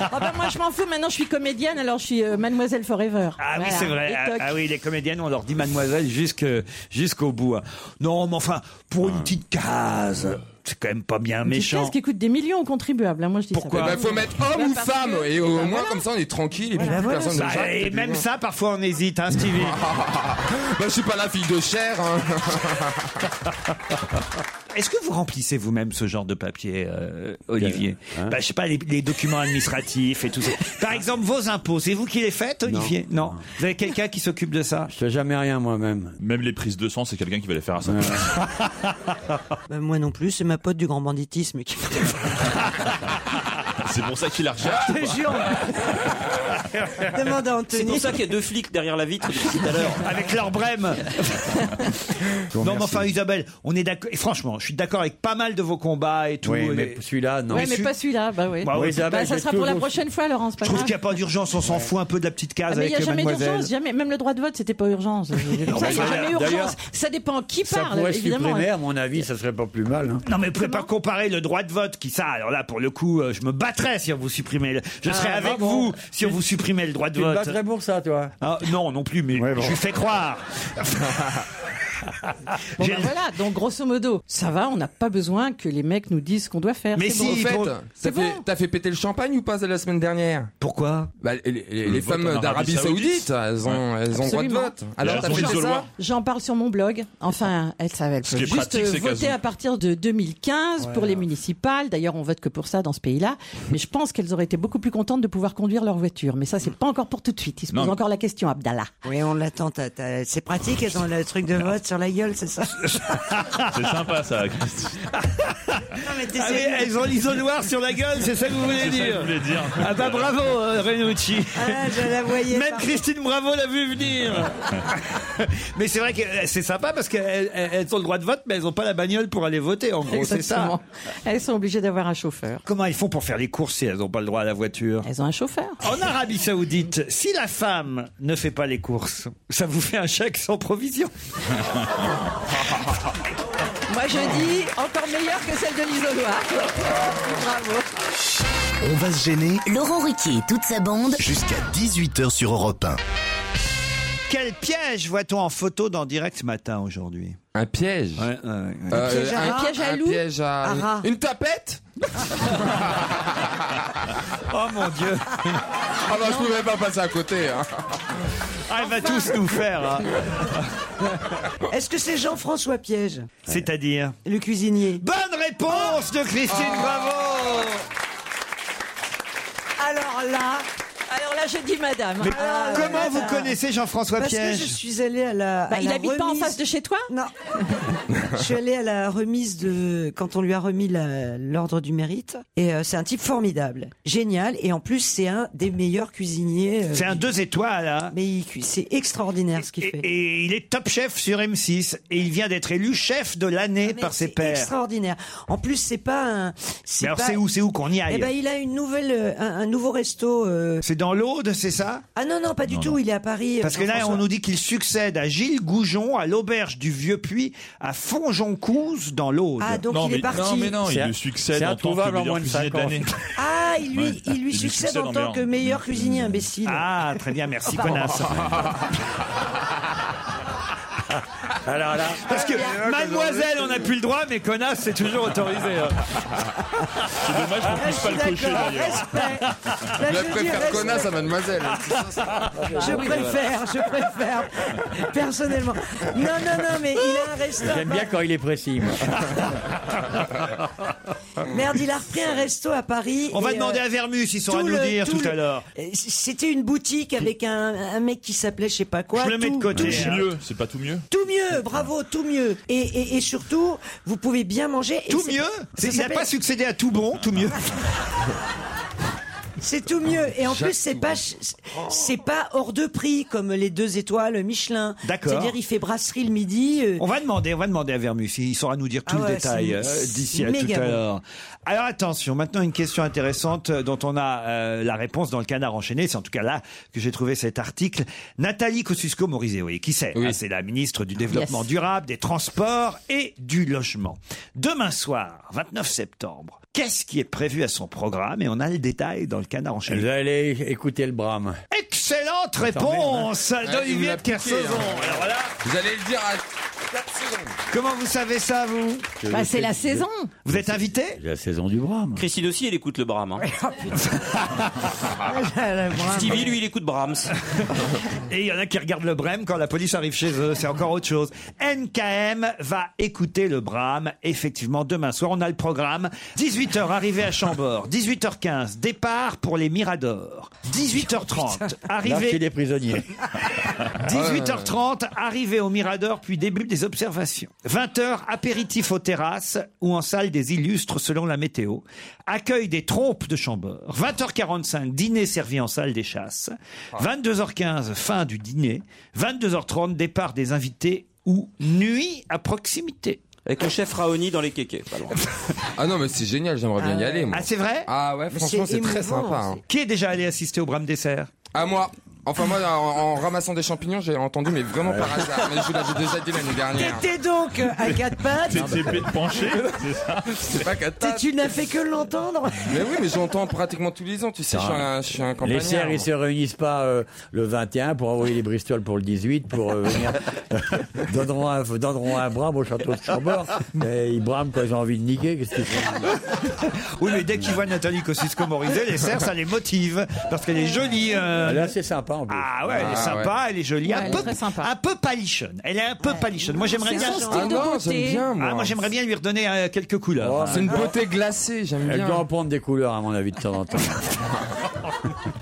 Ah bah, moi je m'en fous. Maintenant je suis comédienne. Alors je suis euh, Mademoiselle Forever. Ah oui, Voilà. c'est vrai. Ah, Et toc. ah oui, les comédiennes, on leur dit mademoiselle jusque- jusqu'au bout. hein. Non, mais enfin, pour une petite case, c'est quand même pas bien méchant. Qu'est-ce qui coûte des millions aux contribuables hein, Moi je dis Pourquoi ça. Eh ben, faut mettre homme Bah, ou parce femme que- et au Bah, moins voilà. comme ça on est tranquille et puis Bah, plus voilà. personne ne Bah, jette, et puis même voilà. ça, parfois, on hésite, hein, Stevie. bah je suis pas la fille de chair. hein. Est-ce que vous remplissez vous-même ce genre de papier, euh, Olivier hein bah, Je sais pas, les, les documents administratifs et tout ça. Par Ah. exemple, vos impôts, c'est vous qui les faites, Olivier Non. Vous avez quelqu'un qui s'occupe de ça Je fais jamais rien moi-même. Même les prises de sang, c'est quelqu'un qui va les faire à sa place. Bah, moi non plus, c'est ma pote du grand banditisme qui. C'est pour ça qu'il la recherche. Je te jure. Demande à Anthony. C'est pour ça qu'il y a deux flics derrière la vitre depuis tout à l'heure. Avec leur brème Non, mais enfin, Isabelle, on est d'accord. Et franchement, je suis d'accord avec pas mal de vos combats et tout. Oui, mais celui-là, non. Ouais, mais pas celui-là. Bah oui. Bah oui, Isabelle, Bah, ça j'ai sera pour la toujours- prochaine fois, Laurence. pas Je trouve grave. qu'il n'y a pas d'urgence, on s'en fout un peu de la petite case Ah, mais il n'y avec a jamais mademoiselle. d'urgence, jamais. Même le droit de vote, c'était pas urgence. Ça, Il n'y a jamais D'ailleurs- urgence. Ça dépend qui Ça parle, pourrait se évidemment. supprimer, à mon avis, ça serait pas plus mal. hein. Non mais vous pouvez pas comparer le droit de vote qui ça alors là pour le coup euh, je me battrais si on vous supprimait le... je Ah, serais avec ah bon. vous si on vous supprimait le droit de Tu te vote battrais pour ça, toi Ah, non non plus mais je lui fais croire Ah, Bon, J'ai- bah, voilà, donc grosso modo, ça va, on n'a pas besoin que les mecs nous disent ce qu'on doit faire. c'est bon. Au fait, t'as c'est bon. fait, t'as fait péter le champagne ou pas la semaine dernière Pourquoi bah, Les, les- Le les vote en femmes Arabie d'Arabie Saoudite, Saoudite. elles ont, Ouais. elles ont droit de Absolument. vote. Alors Elles t'as sont fait juste ça de loi. J'en parle sur mon blog. Enfin, elle savait. Ce qui est juste pratique, euh, c'est qu'elles voter ont- à partir de 2015 pour les municipales. D'ailleurs, on vote que pour ça dans ce pays-là. Mais je pense qu'elles auraient été beaucoup plus contentes de pouvoir conduire leur voiture. Mais ça, c'est pas encore pour tout de suite. Ils se Non. posent encore la question, Abdallah. Oui, on l'attend. t'as- t'as- C'est pratique, elles ont le truc de vote sur la gueule, c'est ça C'est sympa ça, Christine. Ah oui, elles ont l'isoloir sur la gueule c'est ça que vous voulez C'est ça que je dire voulais dire. ah bah bravo euh, Renucci Ah, je la voyais. même pardon. Christine Bravo l'a vu venir mais c'est vrai que euh, c'est sympa parce qu'elles elles- elles ont le droit de vote mais elles ont pas la bagnole pour aller voter en gros c'est ça Exactement. Elles sont obligées d'avoir un chauffeur. comment ils font pour faire les courses si elles ont pas le droit à la voiture Elles ont un chauffeur. En Arabie Saoudite, si la femme ne fait pas les courses, ça vous fait un chèque sans provision. Moi, je dis encore meilleure que celle de l'isoloir. Bravo. On va se gêner Laurent Ruquier et toute sa bande. jusqu'à 18h sur Europe 1. Quel piège voit-on en photo dans Direct Matin aujourd'hui Un piège Un piège à rat, un piège à- un- rat. Une tapette Oh mon dieu Ah non, je pouvais pas passer à côté. hein. Ah, elle va tous nous faire. hein. Est-ce que c'est Jean-François Piège C'est-à-dire Le cuisinier. Ah. Bonne réponse de Christine Oh. Bravo Alors là, alors là, j'ai dit madame. Mais Ah, comment vous madame. connaissez Jean-François Parce Piège que je suis allée à la. Bah, il habite pas en face de chez toi Non. je suis allée à la remise de. Quand on lui a remis la- l'ordre du mérite. Et euh, c'est un type formidable, génial. Et en plus, c'est un des meilleurs cuisiniers. euh, C'est un deux étoiles, hein. Mais il cuit- c'est extraordinaire ce qu'il fait. Et il est top chef sur M6 et il vient d'être élu chef de l'année Ah, par ses pairs. Extraordinaire. En plus, c'est pas un. Mais alors pas- c'est où, c'est où qu'on y aille Eh ben, il a une nouvelle, euh, un, un nouveau resto. euh. C'est dans l'Aude, c'est ça Ah non, non, pas du Non, tout. non. Il est à Paris. euh, Parce que là, Jean-François. on nous dit qu'il succède à Gilles Goujon à l'auberge du Vieux Puy à Fonjoncouze dans l'Aude. Ah, donc Non, il est mais- parti. non, mais non, il C'est- lui succède en tant que meilleur cuisinier de l'année. Ah, il lui, Ouais. il lui Il lui succède succède en en tant meilleur- que meilleur cuisinier imbécile. Oh, Ah, très bien, merci, Pardon. connasse. Alors là. Parce Ah, que mademoiselle, on n'a plus le droit, mais connasse, c'est toujours autorisé. hein. C'est dommage qu'on puisse pas le cocher d'ailleurs. Je préfère connasse à mademoiselle. Je préfère, je préfère, personnellement. Non, non, non, mais il a un resto. J'aime bien quand il est précis. moi. Merde, il a repris un resto à Paris. On va et, euh, demander à Vermus, ils saura nous dire tout à le- l'heure. Euh, C'était une boutique avec un, un mec qui s'appelait je sais pas quoi. Je le mets de tout- côté. hein. tout- C'est hein. mieux, c'est pas tout mieux. Tout mieux, bravo, tout mieux. Et, et- et surtout, vous pouvez bien manger. et Tout c'est- mieux ça C'est- Il n'a s'appelle- pas succédé à tout bon, tout mieux. C'est tout mieux. Et en Jacques plus, c'est pas, ch- c'est pas hors de prix comme les deux étoiles Michelin. D'accord. Oh, C'est-à-dire, il fait brasserie le midi. euh, On va demander, on va demander à Vermus, il saura nous dire tout Ah ouais, le détail c'est- euh, d'ici à c'est tout méga à bon. l'heure. Alors attention, maintenant une question intéressante euh, dont on a euh, la réponse dans le canard enchaîné, c'est en tout cas là que j'ai trouvé cet article. Nathalie Kosciusko-Morizet, oui, qui c'est Ah, C'est la ministre du Développement Yes. durable, des Transports et du Logement. Demain soir, 29 septembre, qu'est-ce qui est prévu à son programme Et on a le détail dans le canard enchaîné. Vous allez écouter le brame. Excellente réponse merde, hein. Ouais, il me d'Olivier l'a de piqué, Kersauzon. hein. Alors là, Vous allez le dire à 4 secondes. comment vous savez ça, vous Bah, c'est la saison. Vous êtes invité La saison du brame. Christine aussi, elle écoute le Brahms. hein. Stevie, lui, il écoute Brahms. Et il y en a qui regardent le Brême quand la police arrive chez eux, c'est encore autre chose. NKM va écouter le Brame, effectivement, demain soir. On a le programme. 18h, arrivée à Chambord. 18h15, départ pour les Miradors. 18h30, L'archer arrivée... des prisonniers. 18h30, arrivée au Mirador, puis début des observations. 20h, apéritif aux terrasses ou en salle des illustres selon la météo. Accueil des trompes de Chambord. 20h45, dîner servi en salle des chasses. Ah. 22h15, fin du dîner. 22h30, départ des invités ou nuit à proximité. Avec le chef Raoni dans les kékés. pas loin. Ah non, mais c'est génial, j'aimerais bien y aller. moi. Ah, c'est vrai Ah ouais, Mais franchement, c'est c'est très émouvant, sympa. hein. Qui est déjà allé assister au brame dessert À moi. Enfin, moi, en, en ramassant des champignons, j'ai entendu, mais vraiment par hasard. Mais je vous l'avais déjà dit l'année dernière. T'étais donc euh, à quatre pattes. penché, c'est ça C'est pas qu'à T'es- Tu n'as fait que l'entendre. Mais oui, mais j'entends pratiquement tous les ans, tu sais, je suis un, je suis un Les campagnard. serres, ils moi. se réunissent pas euh, le 21 pour envoyer les Bristol pour le 18 pour euh, venir. donneront, un, donneront un brame au château de Chambord. Mais ils brament quand ils ont envie de niquer. Qu'est-ce qu'ils font Oui, mais dès qu'ils voient Nathalie Kosciusko-Morizet, les serres, ça les motive. Parce qu'elle est jolie. euh. Là, c'est sympa en plus. Ah ouais, elle est Ah sympa, ouais. elle est jolie, Ouais, un, elle est peu, très un peu palichonne. Elle est un peu palichonne. Moi j'aimerais C'est bien. son style Ah de non, beauté. j'aime bien, moi. Oh, Ah, j'aimerais bien lui redonner euh, quelques couleurs. C'est une beauté glacée, j'aime Elle bien. doit en prendre des couleurs, à mon avis, de temps en temps.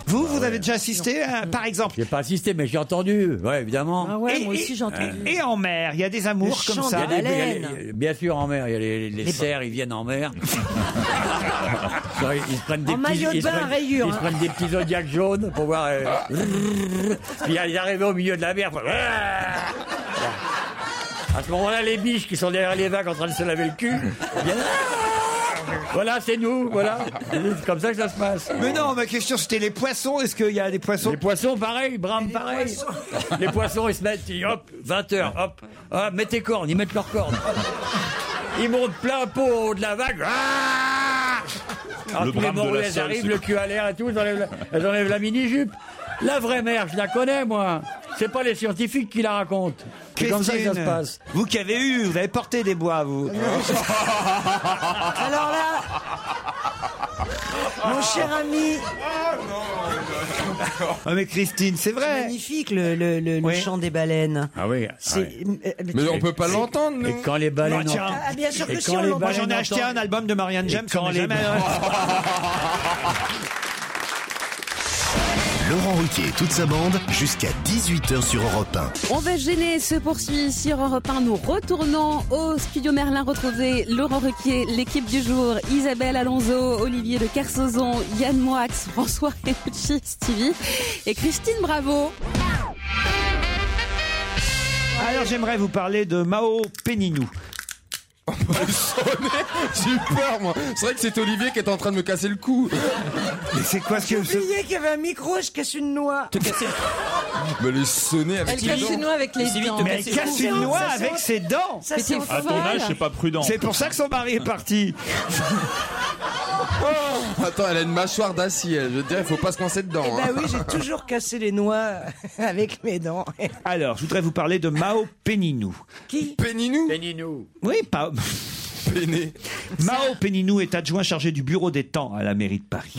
Vous, vous avez déjà assisté, euh, par exemple J'ai pas assisté, mais j'ai entendu, ouais, évidemment. Ah ouais, moi aussi, j'ai entendu. Et en mer, il y a des amours Le comme chant ça. de la Il y a des- il y a les- bien sûr, en mer, il y a les, les cerfs, ils viennent en mer. ils se prennent des En petits, maillot de ils se bain à prennent- rayures, Ils se hein. prennent des petits zodiacs jaunes pour voir. euh, Puis ils arrivent au milieu de la mer. faut- À ce moment-là, les biches qui sont derrière les vagues en train de se laver le cul. ils viennent, Voilà, c'est nous, voilà. C'est comme ça que ça se passe. Mais non, ma question c'était les poissons. Est-ce qu'il y a des poissons Les poissons, pareil, brame, pareil. Les poissons, ils se mettent, ils- hop, 20 heures, hop, hop, mets tes cornes, ils mettent leurs cornes. Ils montent plein pot au haut de la vague. Ah Ah, Le tous les brame de la Morlaix salle, arrivent, c'est- le cul à l'air et tout, ils enlèvent la, elles enlèvent la mini-jupe. La vraie mer, je la connais, moi. C'est C'est pas les scientifiques qui la racontent. C'est comme ça que ça se Christine, passe. Vous qui avez eu, vous avez porté des bois, vous. Alors là, mon cher ami, Ah, mais Christine, c'est vrai. magnifique le, le- le- le chant des baleines. Ah oui. C'est- Eh, Mais on peut pas c'est- l'entendre, nous. Et quand les baleines tiens. entendent- Ah, bien sûr Et que si quand on les l'entend. Moi, j'en ai acheté un album de Marianne James. Quand les jamais... Laurent Ruquier et toute sa bande jusqu'à 18h sur Europe 1. On va gêner se poursuit sur Europe 1. Nous retournons au studio Merlin retrouver Laurent Requier, l'équipe du jour, Isabelle Alonso, Olivier de Kersauzon, Yann Moix, François Renucci, Stevie et Christine Bravo. Alors, j'aimerais vous parler de Mao Péninou. J'ai eu peur, moi. C'est vrai que c'est Olivier qui est en train de me casser le cou. Mais c'est quoi J'ai oublié qu'il y avait un micro, je casse une noix. Te casser Mais les sonner avec Elle casse les dents. une noix avec les dents. Mais elle casse une noix avec ses dents. Ça, c'est À ton âge, c'est pas prudent. C'est pour ça que son mari est parti. Oh. Attends, elle a une mâchoire d'acier. Je veux dire, il faut pas se coincer dedans. Bah hein. oui, j'ai toujours cassé les noix avec mes dents. Alors, je voudrais vous parler de Mao Péninou. Qui Péninou Péninou. Oui, pas. Mao Péninou est adjoint chargé du bureau des temps à la mairie de Paris.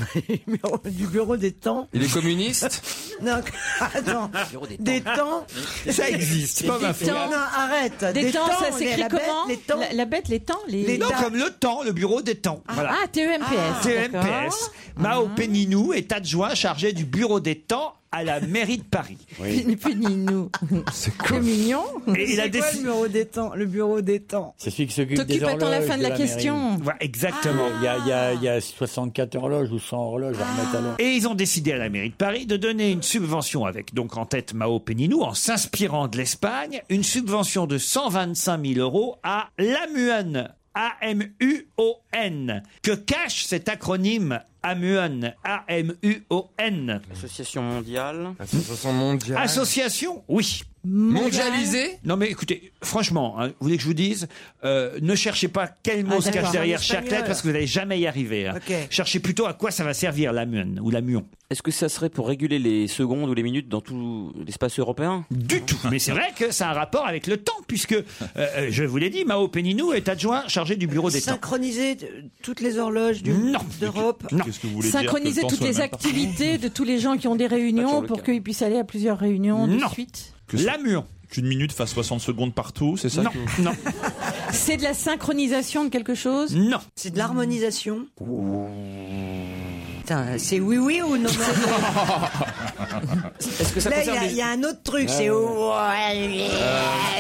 du bureau des temps Il est communiste Non, attends. Des temps. Ça existe, pas ma faute. Non, arrête. Des temps, ça on est- s'écrit la bête, comment Les temps. La, la bête, les temps, les. non, comme le temps, le bureau des temps. Ah, ah, TEMPS, E d'accord. Ah. TEMPS. Mao Péninou est adjoint chargé du bureau des temps à la mairie de Paris. Péninou. C'est mignon. Et il a C'est quoi le décidé- bureau des temps Le bureau des temps. C'est celui qui s'occupe T'occupes des horloges. attends la fin de la question. Ah. mairie. Voilà, exactement. Il y, a, il y a- il y a 64 horloges ou 100 horloges à remettre à l'heure. Et ils ont décidé à la mairie de Paris de donner une subvention avec, donc en tête Mao Péninou, en s'inspirant de l'Espagne, une subvention de 125 000 euros à l'AMUON, A-M-U-O-N. Que cache cet acronyme AMUON, A-M-U-O-N Association mondiale. Association mondiale. Ah. Association, oui. Mondialisée Non mais écoutez, franchement, hein, vous voulez que je vous dise, euh, ne cherchez pas quel mot Ah, se cache d'accord. derrière En chaque espagnol. lettre parce que vous n'allez jamais y arriver. hein. Ok. Cherchez plutôt à quoi ça va servir l'AMUON ou l'AMUON. Est-ce que ça serait pour réguler les secondes ou les minutes dans tout l'espace européen Du tout. Mais c'est vrai que ça a un rapport avec le temps, puisque, euh, euh, je vous l'ai dit, Mao Péninou est adjoint chargé du bureau des temps. Synchroniser t- toutes les horloges du- d'Europe. Qu'est-ce que vous Synchroniser toutes les activités de tous les gens qui ont des réunions le pour cas. qu'ils puissent aller à plusieurs réunions de Non. suite. La mur. Qu'une minute fasse 60 secondes partout, c'est ça Non, non. C'est de la synchronisation de quelque chose Non. C'est de l'harmonisation. Putain, c'est oui oui ou non non Est-ce que ça Là, il y concerne a- les- Ah. il y, a un autre truc, c'est oh,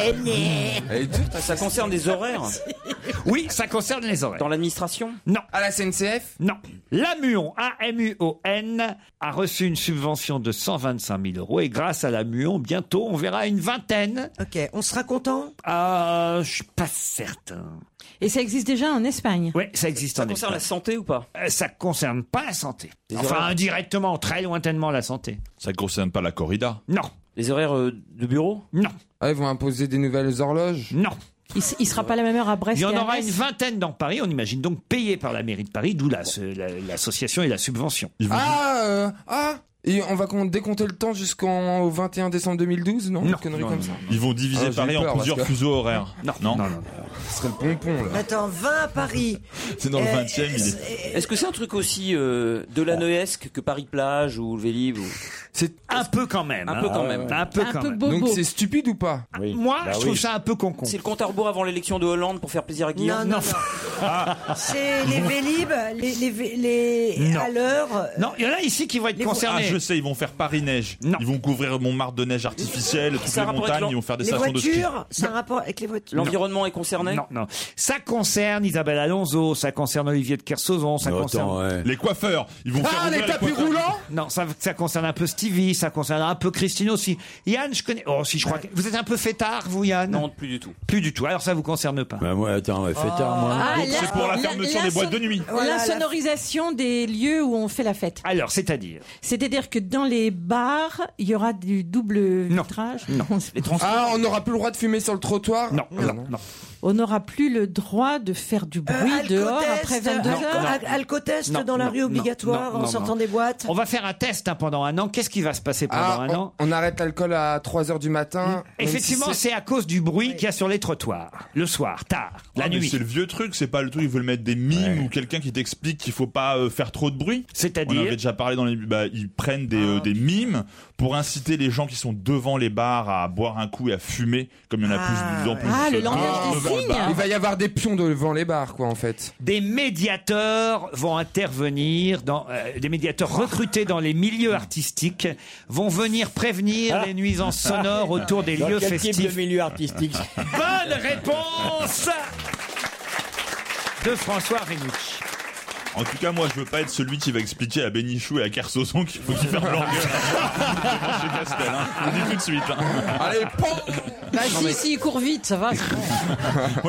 Eh, Ça concerne des horaires Oui, ça concerne les horaires. Dans l'administration Non. À la CNCF Non. L'AMUON, A-M-U-O-N, a reçu une subvention de 125 000 euros et grâce à l'AMUON, bientôt, on verra une vingtaine. Ok, on sera content Ah, je suis pas certain. Et ça existe déjà en Espagne. Oui, ça existe en concerne Espagne. Euh, la santé ou pas Ça concerne pas la santé. Les enfin, horaires indirectement, très lointainement la santé. Ça ne concerne pas la corrida. Non. Les horaires euh, de bureau Non. Ah, ils vont imposer des nouvelles horloges Non. Il, s- il sera pas la même heure à Brest. Il y en et à aura Metz. une vingtaine dans Paris, on imagine donc payé par la mairie de Paris, d'où la- ce- la- l'association et la subvention. Ah, euh, ah Et on va con- décompter le temps jusqu'en au 21 décembre 2012, non, Une connerie comme ça. Ils vont diviser Ah, j'ai Paris eu peur, en parce plusieurs que- fuseaux horaires. Non. Ce serait le pompon, là. Attends, 20 à Paris. C'est dans le Euh, 20 e il est. Est-ce que c'est un truc aussi euh, de la Noesque que Paris Plage ou le Vélib ou... C'est un peu quand même. Bah Un hein. peu quand même. Un peu quand même. Ah, Donc c'est stupide ou pas Moi, Bah je trouve ça un peu con C'est le compte à rebours avant l'élection de Hollande pour faire plaisir à Guillaume. Non, non, non. Ah. C'est les Vélib, les, les, vé- les- Non. à l'heure. euh, Non, il y en a ici qui vont être concernés. Ah, je sais, ils vont faire Paris-Neige. Ils vont couvrir Montmartre de neige artificielle, toutes Ça a les rapport avec montagnes, l'en- ils vont faire des Les stations de ski. voitures, c'est un rapport avec les voitures. L'environnement est concerné Non, non. Ça concerne Isabelle Alonso, ça concerne Olivier de Kersauzon, ça concerne... Ah, Les coiffeurs, ils vont faire ouvrir coiffeurs. Non, ça, ça concerne un peu Stevie, ça concerne un peu Christine aussi. Yann, je connais... Oh, si, je crois que... Vous êtes un peu fêtard, vous, Yann Non, plus du tout. Plus du tout, alors ça vous concerne pas. Bah moi, attends, ouais, fêtard, moi. Ah, la- C'est pour la fermeture des boîtes de nuit. L'insonorisation des lieux où on fait la fête. Alors, c'est-à-dire C'est-à-dire que dans les bars, il y aura du double vitrage. Non. Ah, on n'aura plus le droit de fumer sur le trottoir Non, non, non. on n'aura plus le droit de faire du bruit dehors après 22 Euh, Non, heures. non. Al- alcotest Non, dans la non, rue non, obligatoire non, en non, sortant non. des boîtes. On va faire un test hein, pendant un an. Qu'est-ce qui va se passer pendant Ah, un on, an on arrête l'alcool à 3h du matin. même si Effectivement, c'est à cause du bruit qu'il y a sur les trottoirs, le soir, tard, la Ah, mais nuit. C'est le vieux truc, c'est pas le truc, ils veulent mettre des mimes ou quelqu'un qui t'explique qu'il faut pas euh, faire trop de bruit. C'est-à-dire Ah. On avait déjà parlé dans les. Bah, ils prennent des, euh, des mimes pour inciter les gens qui sont devant les bars à boire un coup et à fumer, comme il y en a plus de plus en plus. Ah, le euh, langage devant des le signes. bar. Il va y avoir des pions devant les bars, quoi, en fait. Des médiateurs vont intervenir, dans, euh, des médiateurs recrutés dans les milieux artistiques vont venir prévenir les nuisances sonores autour des Dans lieux quel festifs. type de milieu artistique Bonne réponse de François Renucci. En tout cas, moi, je veux pas être celui qui va expliquer à Bénichou et à Kersozon qu'il faut qu'ils ferment leur gueule. Devant chez Castel, hein. Je le dis tout de suite. hein. Allez, Bah si, si, il court vite, ça va. c'est bon.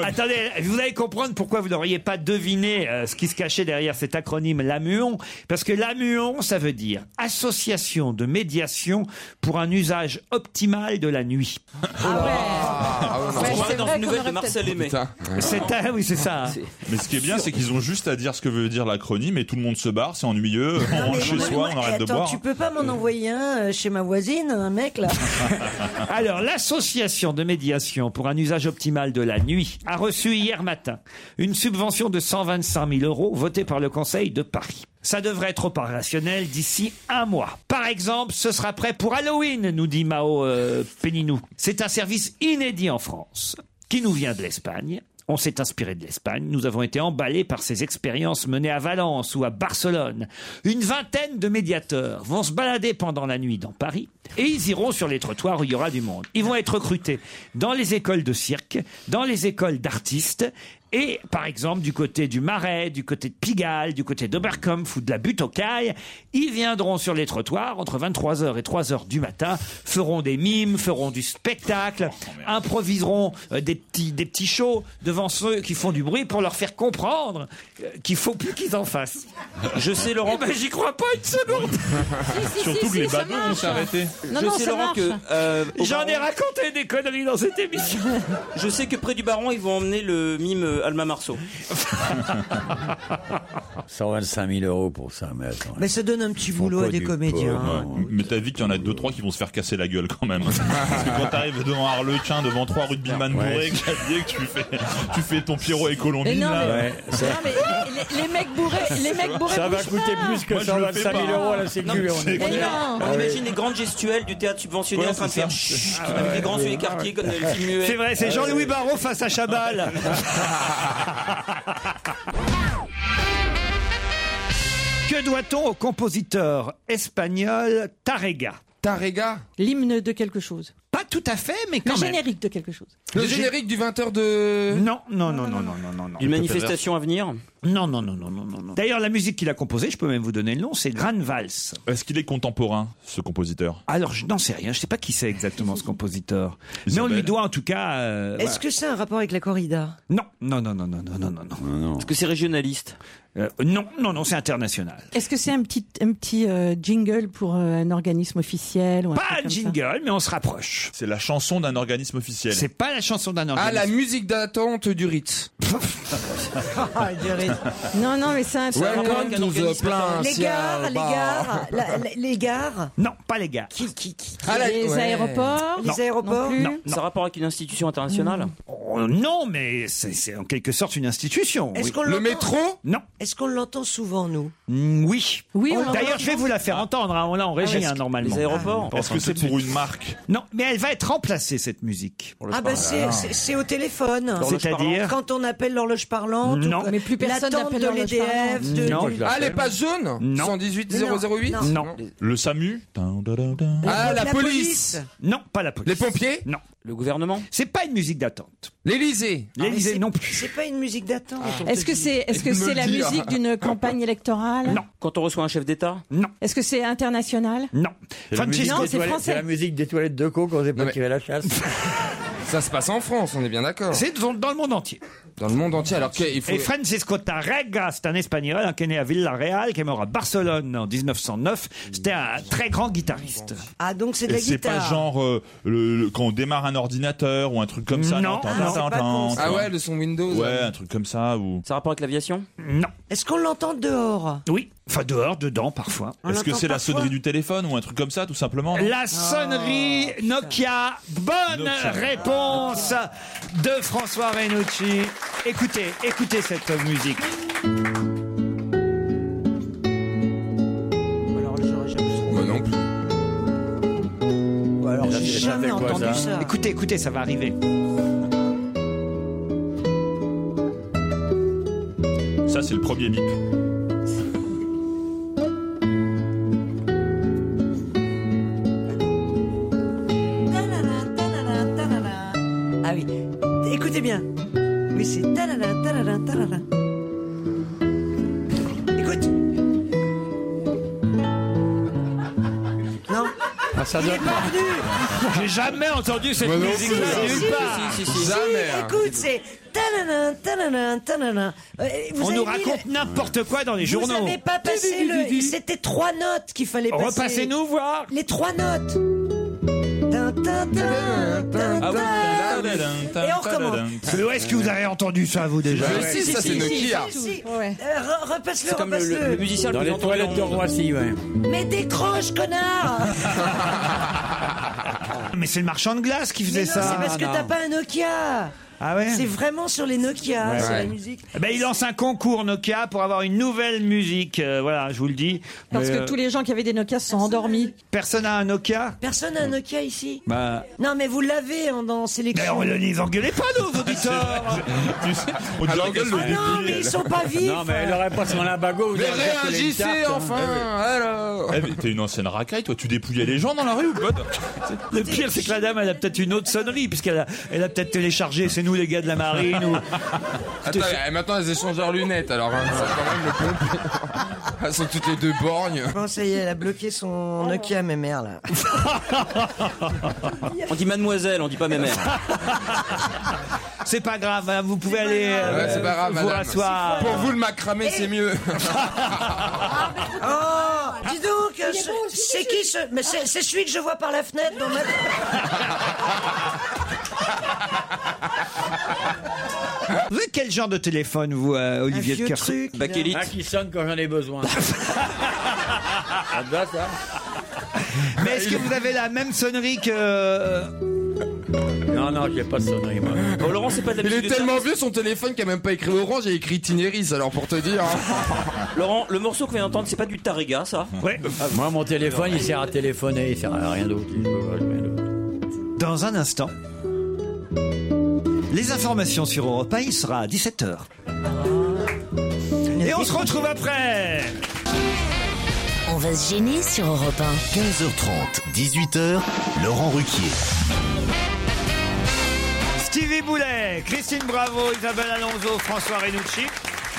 Attendez, vous allez comprendre pourquoi vous n'auriez pas deviné euh, ce qui se cachait derrière cet acronyme LAMUON, parce que LAMUON, ça veut dire Association de médiation pour un usage optimal de la nuit. Ah, On va dans une nouvelle de Marcel Aimé. Oh, C'est ah oui, c'est ça. hein. Mais ce qui est bien, c'est qu'ils ont juste à dire ce que veut dire l'acronyme et tout le monde se barre, c'est ennuyeux, on rentre chez soi, on arrête de Attends, boire. tu peux pas m'en envoyer un euh, chez ma voisine, un mec là Alors, l'association de médiation pour un usage optimal de la nuit a reçu hier matin une subvention de 125 000 euros votée par le Conseil de Paris. Ça devrait être opérationnel d'ici un mois. Par exemple, ce sera prêt pour Halloween, nous dit Mao euh, Péninou. C'est un service inédit en France qui nous vient de l'Espagne. On s'est inspiré de l'Espagne. Nous avons été emballés par ces expériences menées à Valence ou à Barcelone. Une vingtaine de médiateurs vont se balader pendant la nuit dans Paris et ils iront sur les trottoirs où il y aura du monde. Ils vont être recrutés dans les écoles de cirque, dans les écoles d'artistes et, par exemple, du côté du Marais, du côté de Pigalle, du côté d'Oberkampf ou de la butte aux Cailles, ils viendront sur les trottoirs entre 23h et 3h du matin, feront des mimes, feront du spectacle, improviseront euh, des petits, des petits shows devant ceux qui font du bruit pour leur faire comprendre euh, qu'il faut plus qu'ils en fassent. Je sais, Laurent. Eh ben, j'y crois pas une seconde. si, Surtout si, que les si, ça badauds vont marche. s'arrêter. Non, Je non, sais, ça Laurent, marche. que, euh, au J'en ai Baron- raconté des conneries dans cette émission. Je sais que près du Baron, ils vont emmener le mime euh, Alma Marceau. Ah, 125 000 euros pour ça, mais attends. Mais ça donne un petit boulot à des comédiens. Ouais. Mais t'as vu qu'il y en a deux trois qui vont se faire casser la gueule quand même. Parce que quand t'arrives devant Harlequin, devant trois rugbyman Ouais. bourrés, que tu fais, tu fais ton Pierrot et Mais Colombine non, là. mais- Ouais, ça- Non, mais les, les mecs bourrés, les mecs bourrés. Ça va bougent coûter pas. plus que Moi, je 125 le fais pas. 000 euros à la Non, sécu. mais on est- c'est clair. Ah On oui. imagine les grandes gestuelles du théâtre subventionné Ouais, en train de c'est faire ça. chut, Ah avec ouais, les grands yeux ouais. Ah écarqués comme dans le film muet. C'est vrai, c'est Jean-Louis Barrault face à Chabal. Que doit-on au compositeur espagnol Tarrega Tarrega L'hymne de quelque chose. Pas tout à fait, mais Le quand même. générique de quelque chose. Le générique du 20h de. Non, non, non, non, non, non, non. non. Une manifestation à venir Non, non, non, non, non, non. non. D'ailleurs, la musique qu'il a composée, je peux même vous donner le nom, c'est Gran Vals. Est-ce qu'il est contemporain, ce compositeur Alors, je n'en sais rien, je sais pas qui c'est exactement ce compositeur. Mais on lui doit en tout cas. euh, Est-ce voilà. que c'est un rapport avec la corrida Non, non, non, non, non, non, non, non, non. Est-ce que c'est régionaliste Non, non, non, c'est international. Est-ce que c'est un petit, un petit euh, jingle pour euh, un organisme officiel ou un Pas truc un comme ça Ah, jingle, mais on se rapproche. C'est la chanson d'un organisme officiel. C'est pas la chanson d'un Ah, organisme. la musique d'attente du Ritz. Ah, Non, non, mais c'est un. Welcome to the plein Les gares, les gares, la- la- les gares, Non, pas les gars. Ah, la- les ouais. aéroports. les aéroports. plus. Non, Ça a rapport avec une institution internationale Oh, non, mais c'est c'est en quelque sorte une institution. Est-ce oui. qu'on l'entend Non. Est-ce qu'on l'entend souvent nous Mm, oui. Oui, on l'entend D'ailleurs, je vais souvent. vous la faire entendre. hein. On l'a en régie, oui. hein, normalement. Les aéroports Ah, Est-ce que c'est pour une marque Non, mais elle va être remplacée, cette musique. Ah ben c'est- c'est c'est au téléphone. L'horloge C'est-à-dire quand on appelle l'horloge parlante. Non. ou que- Mais plus personne l'attente n'appelle de l'horloge l'EDF. parlante. De... Non. Ah, les pages jaunes Non. 118 Non. 008 Non. Non. Le SAMU Ah, la, La police. police. Non, pas la police. Les pompiers Non. Le gouvernement C'est pas une musique d'attente. L'Elysée L'Élysée non plus. C'est pas une musique d'attente. Est-ce que c'est est-ce que Me c'est la dire. musique d'une campagne électorale Non. Quand on reçoit un chef d'État Non. Est-ce que c'est international Non. C'est la musique Francesco- Non, des c'est toilettes- français. C'est la musique des toilettes de co quand on s'est pas mais- tiré la chasse. Ça se passe en France, on est bien d'accord. C'est dans, dans le monde entier. Dans le monde entier, alors qu'il faut. Et Francisco Tarrega, c'est un Espagnol hein, qui est né à Villarreal, qui est mort à Barcelone en 1909. C'était un très grand guitariste. Ah, donc c'est de Et la c'est guitare. pas genre euh, le, le- quand on démarre un ordinateur ou un truc comme ça. Non, t'entends, non, c'est t'entends, pas t'entends, con, ça. t'entends. Ah ouais, le son Windows, Ouais, ouais. un truc comme ça. Ou... Ça a rapport avec l'aviation Non. Est-ce qu'on l'entend dehors Oui. Enfin, dehors, dedans, parfois. On Est-ce que l'entend c'est la parfois. sonnerie du téléphone ou un truc comme ça, tout simplement non La sonnerie Nokia. Bonne Ah. Nokia. réponse de François Renucci. Écoutez, écoutez cette musique. Moi non plus. alors, j'ai jamais entendu ça. Écoutez, écoutez, ça va arriver. Ça, c'est le premier bip. Ah oui. Écoutez bien. Oui, c'est talala, talala, talala. Écoute. Non. Ah, ça Il doit- est pas venu. J'ai jamais entendu cette Moi non musique plus. Si, si, nulle part. Si, hein. hein. écoute, c'est talala, talala, talala. Euh, vous On avez nous mis raconte le- n'importe quoi dans les Vous journaux. avez pas passé le. C'était trois notes qu'il fallait passer. Repassez-nous voir. Les trois notes. Tin, tin, tin, tin, Ah oui. tin. Et on recommence. Mais où est-ce que vous avez entendu ça, vous déjà Mais si, ça, c'est Nokia. Euh, re- Repasse-le, C'est comme le, repasse-le. le- le musicien Dans le plus les entendu au toilettes de monde. Roissy, ouais. Mais décroche, connard Ah, Mais c'est le marchand de glace qui faisait Mais non, ça. C'est parce que t'as pas un Nokia Ah ouais C'est vraiment sur les Nokia, Ouais, sur ouais. la musique. Eh Ben, il lance un concours Nokia pour avoir une nouvelle musique. Euh, voilà, je vous le dis. Parce Mais, que euh, tous les gens qui avaient des Nokia se sont endormis. Personne a un Nokia Personne n'a un Nokia ici Bah. Non, mais vous l'avez hein, en, en Mais sélection. on ne les engueulez pas, nos auditeurs On dirait qu'elles sont Ah non, mais ils sont pas vifs Non, mais elle aurait pas son limbago. vous Mais allez dire qu'elle est une réagissez tarte, hein. enfin Alors Eh, mais T'es une ancienne racaille, toi, tu dépouillais les gens dans la rue ou quoi toi Le pire, c'est que la dame, elle a peut-être une autre sonnerie, puisqu'elle a, elle a peut-être téléchargé C'est nous, les gars de la marine. Ou... Attends, et maintenant elles échangent leurs lunettes, alors hein, ça, quand même le pompe. Elles sont toutes les deux borgnes. Bon, ça y est, elle a bloqué son Nokia, mes mères, là. On dit mademoiselle, on dit pas mémère. C'est pas grave, hein, vous pouvez aller Ouais, euh, c'est pas grave, vous madame. rasseoir. Pour vous, le macramé, c'est mieux. Oh, dis donc, euh, ce- c'est qui ce... Mais c'est c'est celui que je vois par la fenêtre dans ma... Euh. Vous avez quel genre de téléphone, vous, euh, Olivier de Kersauzon Bah, Bakélite. Ah, Un qui sonne quand j'en ai besoin. ça te va, ça hein. Mais est-ce que vous avez la même sonnerie que... euh, Ah, Non, non, j'ai pas de sonnerie, moi. Bon, Oh, Laurent, c'est pas de la Il musique est de tellement vieux son téléphone qu'il a même pas écrit Orange, il a écrit Tineris, alors pour te dire. euh, hein. service. Laurent, le morceau qu'on vient d'entendre, c'est pas du Tarega, ça Ouais. Ah, Moi, mon téléphone, il sert à téléphoner, il sert à rien d'autre. Dans un instant, les informations sur Europa, il sera à 17h. Et on se retrouve après On va se gêner sur Europe 1. 15h30, 18h, Laurent Ruquier. Stevie Boulet, Christine Bravo, Isabelle Alonso, François Renucci,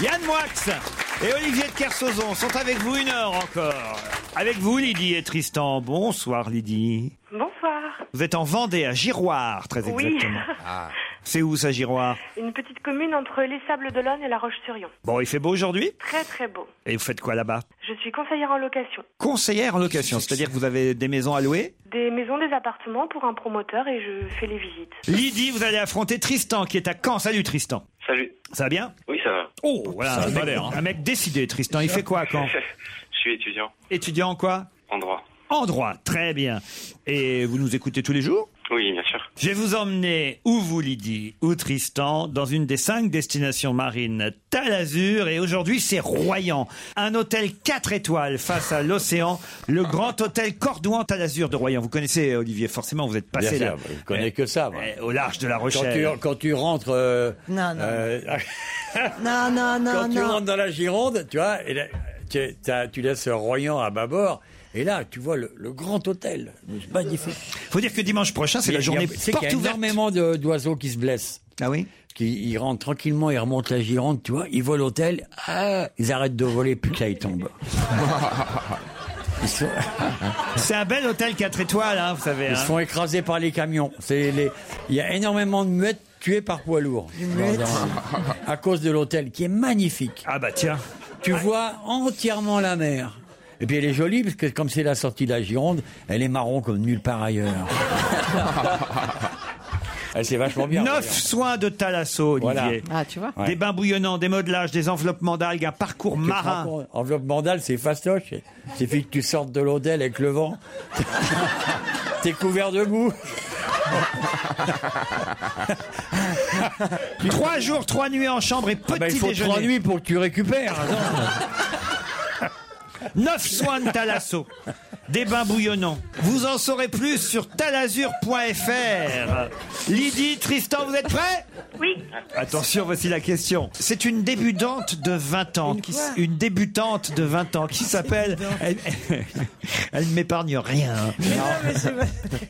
Yann Moix et Olivier de Kersauzon sont avec vous une heure encore. Avec vous, Lydie et Tristan. Bonsoir, Lydie. Bonsoir. Vous êtes en Vendée, à Giroir, très Oui. exactement. C'est où, ça, Giroir Une petite commune entre les Sables d'Olonne et La Roche-sur-Yon. Bon, il fait beau aujourd'hui Très très beau. Et vous faites quoi là-bas Je suis conseillère en location. Conseillère en location, c'est-à-dire que vous avez des maisons à louer Des maisons, des appartements pour un promoteur et je fais les visites. Lydie, vous allez affronter Tristan qui est à Caen. Salut Tristan. Salut. Ça va bien Oui, ça va. Oh, voilà, un, mec, un mec décidé, Tristan. Il fait quoi à Caen Je suis étudiant Étudiant en quoi en droit. En droit, très bien. Et vous nous écoutez tous les jours Oui, bien sûr. Je vais vous emmener, ou vous Lydie, ou Tristan, dans une des cinq destinations marines Talazur. Et aujourd'hui, c'est Royan. Un hôtel 4 étoiles face à l'océan. Le grand hôtel Cordouan Talazur de Royan. Vous connaissez, Olivier, forcément, vous êtes Bien passé sûr, là. Eh, je connais que ça, moi. Au large de la Quand tu, Rochelle. quand tu rentres. euh, Non, non. euh, Non, non, non, quand tu non. rentres dans la Gironde, tu vois, et là, tu, t'as- tu laisses Royan à bâbord, et là, tu vois le, le grand hôtel. Magnifique. Faut dire que dimanche prochain, c'est la Mais journée il y a- c'est qu'il y porte a ouverte. énormément de- d'oiseaux qui se blessent. Ah oui qui, Ils rentrent tranquillement, ils remontent la Gironde, tu vois, ils volent l'hôtel, ah, ils arrêtent de voler, putain, ils tombent. sont- C'est un bel hôtel 4 étoiles, hein, vous savez. Ils se hein. font écraser par les camions. C'est les... Il y a énormément de muettes tuées par poids lourds. muettes. À cause de l'hôtel, qui est magnifique. Ah bah tiens. Tu vois entièrement la mer. Et puis elle est jolie, parce que comme c'est la sortie de la Gironde, elle est marron comme nulle part ailleurs. elle s'est vachement bien. Neuf soins de Thalasso, Olivier. Voilà. Ah, tu vois. Des bains bouillonnants, des modelages, des enveloppements d'algues, un parcours Tu te marin. rends compte, Enveloppe mandale, c'est fastoche. Il suffit que tu sortes de l'hôtel avec le vent. T'es couvert de boue. trois jours, trois nuits en chambre et petit Ah bah, il faut déjeuner. trois nuits pour que tu récupères. Neuf soins de Thalasso. Des bains bouillonnants. Vous en saurez plus sur talasur.fr. Lydie, Tristan, vous êtes prêts Oui. Attention, voici la question. C'est une débutante de 20 ans, qui, s- une débutante de 20 ans qui s'appelle. Elle, elle ne m'épargne rien. hein.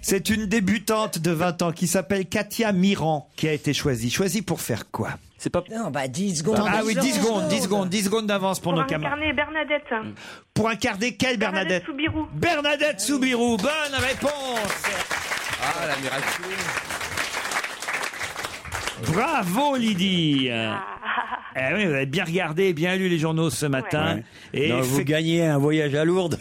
C'est une débutante de 20 ans qui s'appelle Katia Miran qui a été choisie. Choisie pour faire quoi C'est pas. Non, bah 10 secondes. Ah oui, 10 secondes, 10 secondes, 10 secondes d'avance pour Pour nos camarades. incarner Bernadette. Pour incarner quelle Bernadette Bernadette Soubirou. Bernadette Soubirou, bonne réponse Ah, la miracle. Bravo Lydie Eh oui, vous avez bien regardé et bien lu les journaux ce matin. Et Non, vous fait- gagnez un voyage à Lourdes.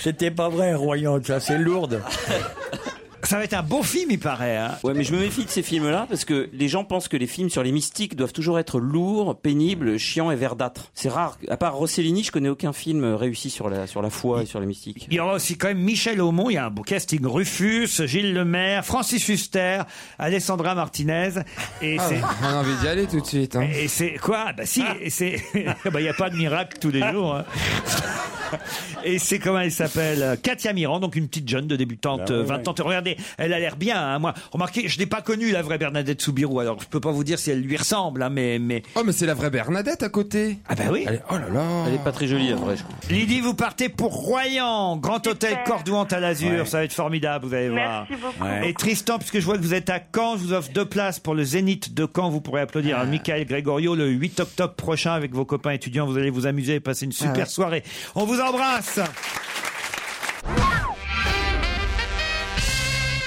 C'était pas vrai, Royan, ça c'est Lourdes. Ça va être un beau film, il paraît. hein. Ouais, mais je me méfie de ces films-là parce que les gens pensent que les films sur les mystiques doivent toujours être lourds, pénibles, chiants et verdâtres. C'est rare. À part Rossellini, je connais aucun film réussi sur la, sur la foi et sur les mystiques. Il y aura aussi quand même Michel Aumont, il y a un beau casting, Rufus, Gilles Lemaire, Francis Huster, Alessandra Martinez. Et Ah, c'est... on a envie d'y aller tout de suite. hein. Et c'est quoi Bah si, et c'est bah, il n'y a pas de miracle tous les jours. hein. Et c'est comment elle s'appelle euh, Katia Miran, donc une petite jeune de débutante, Ah Bah ouais, euh, 20 ans. Regardez, elle a l'air bien. hein, moi, remarquez, je n'ai pas connu la vraie Bernadette Soubirou, alors je peux pas vous dire si elle lui ressemble, hein, mais mais. Oh, mais c'est la vraie Bernadette à côté. Ah bah oui. Elle est- Oh là là. Elle est pas très jolie, la vraie. je crois. Lydie, vous partez pour Royan, Grand Hôtel Cordouan à l'Azur, Ouais. ça va être formidable, vous allez voir. Merci beaucoup. Ouais. Et Tristan, puisque je vois que vous êtes à Caen, je vous offre deux places pour le Zénith de Caen. Vous pourrez applaudir Ah. à Michael Gregorio le 8 octobre prochain avec vos copains étudiants. Vous allez vous amuser et passer une super Ah ouais. soirée. On vous embrasse.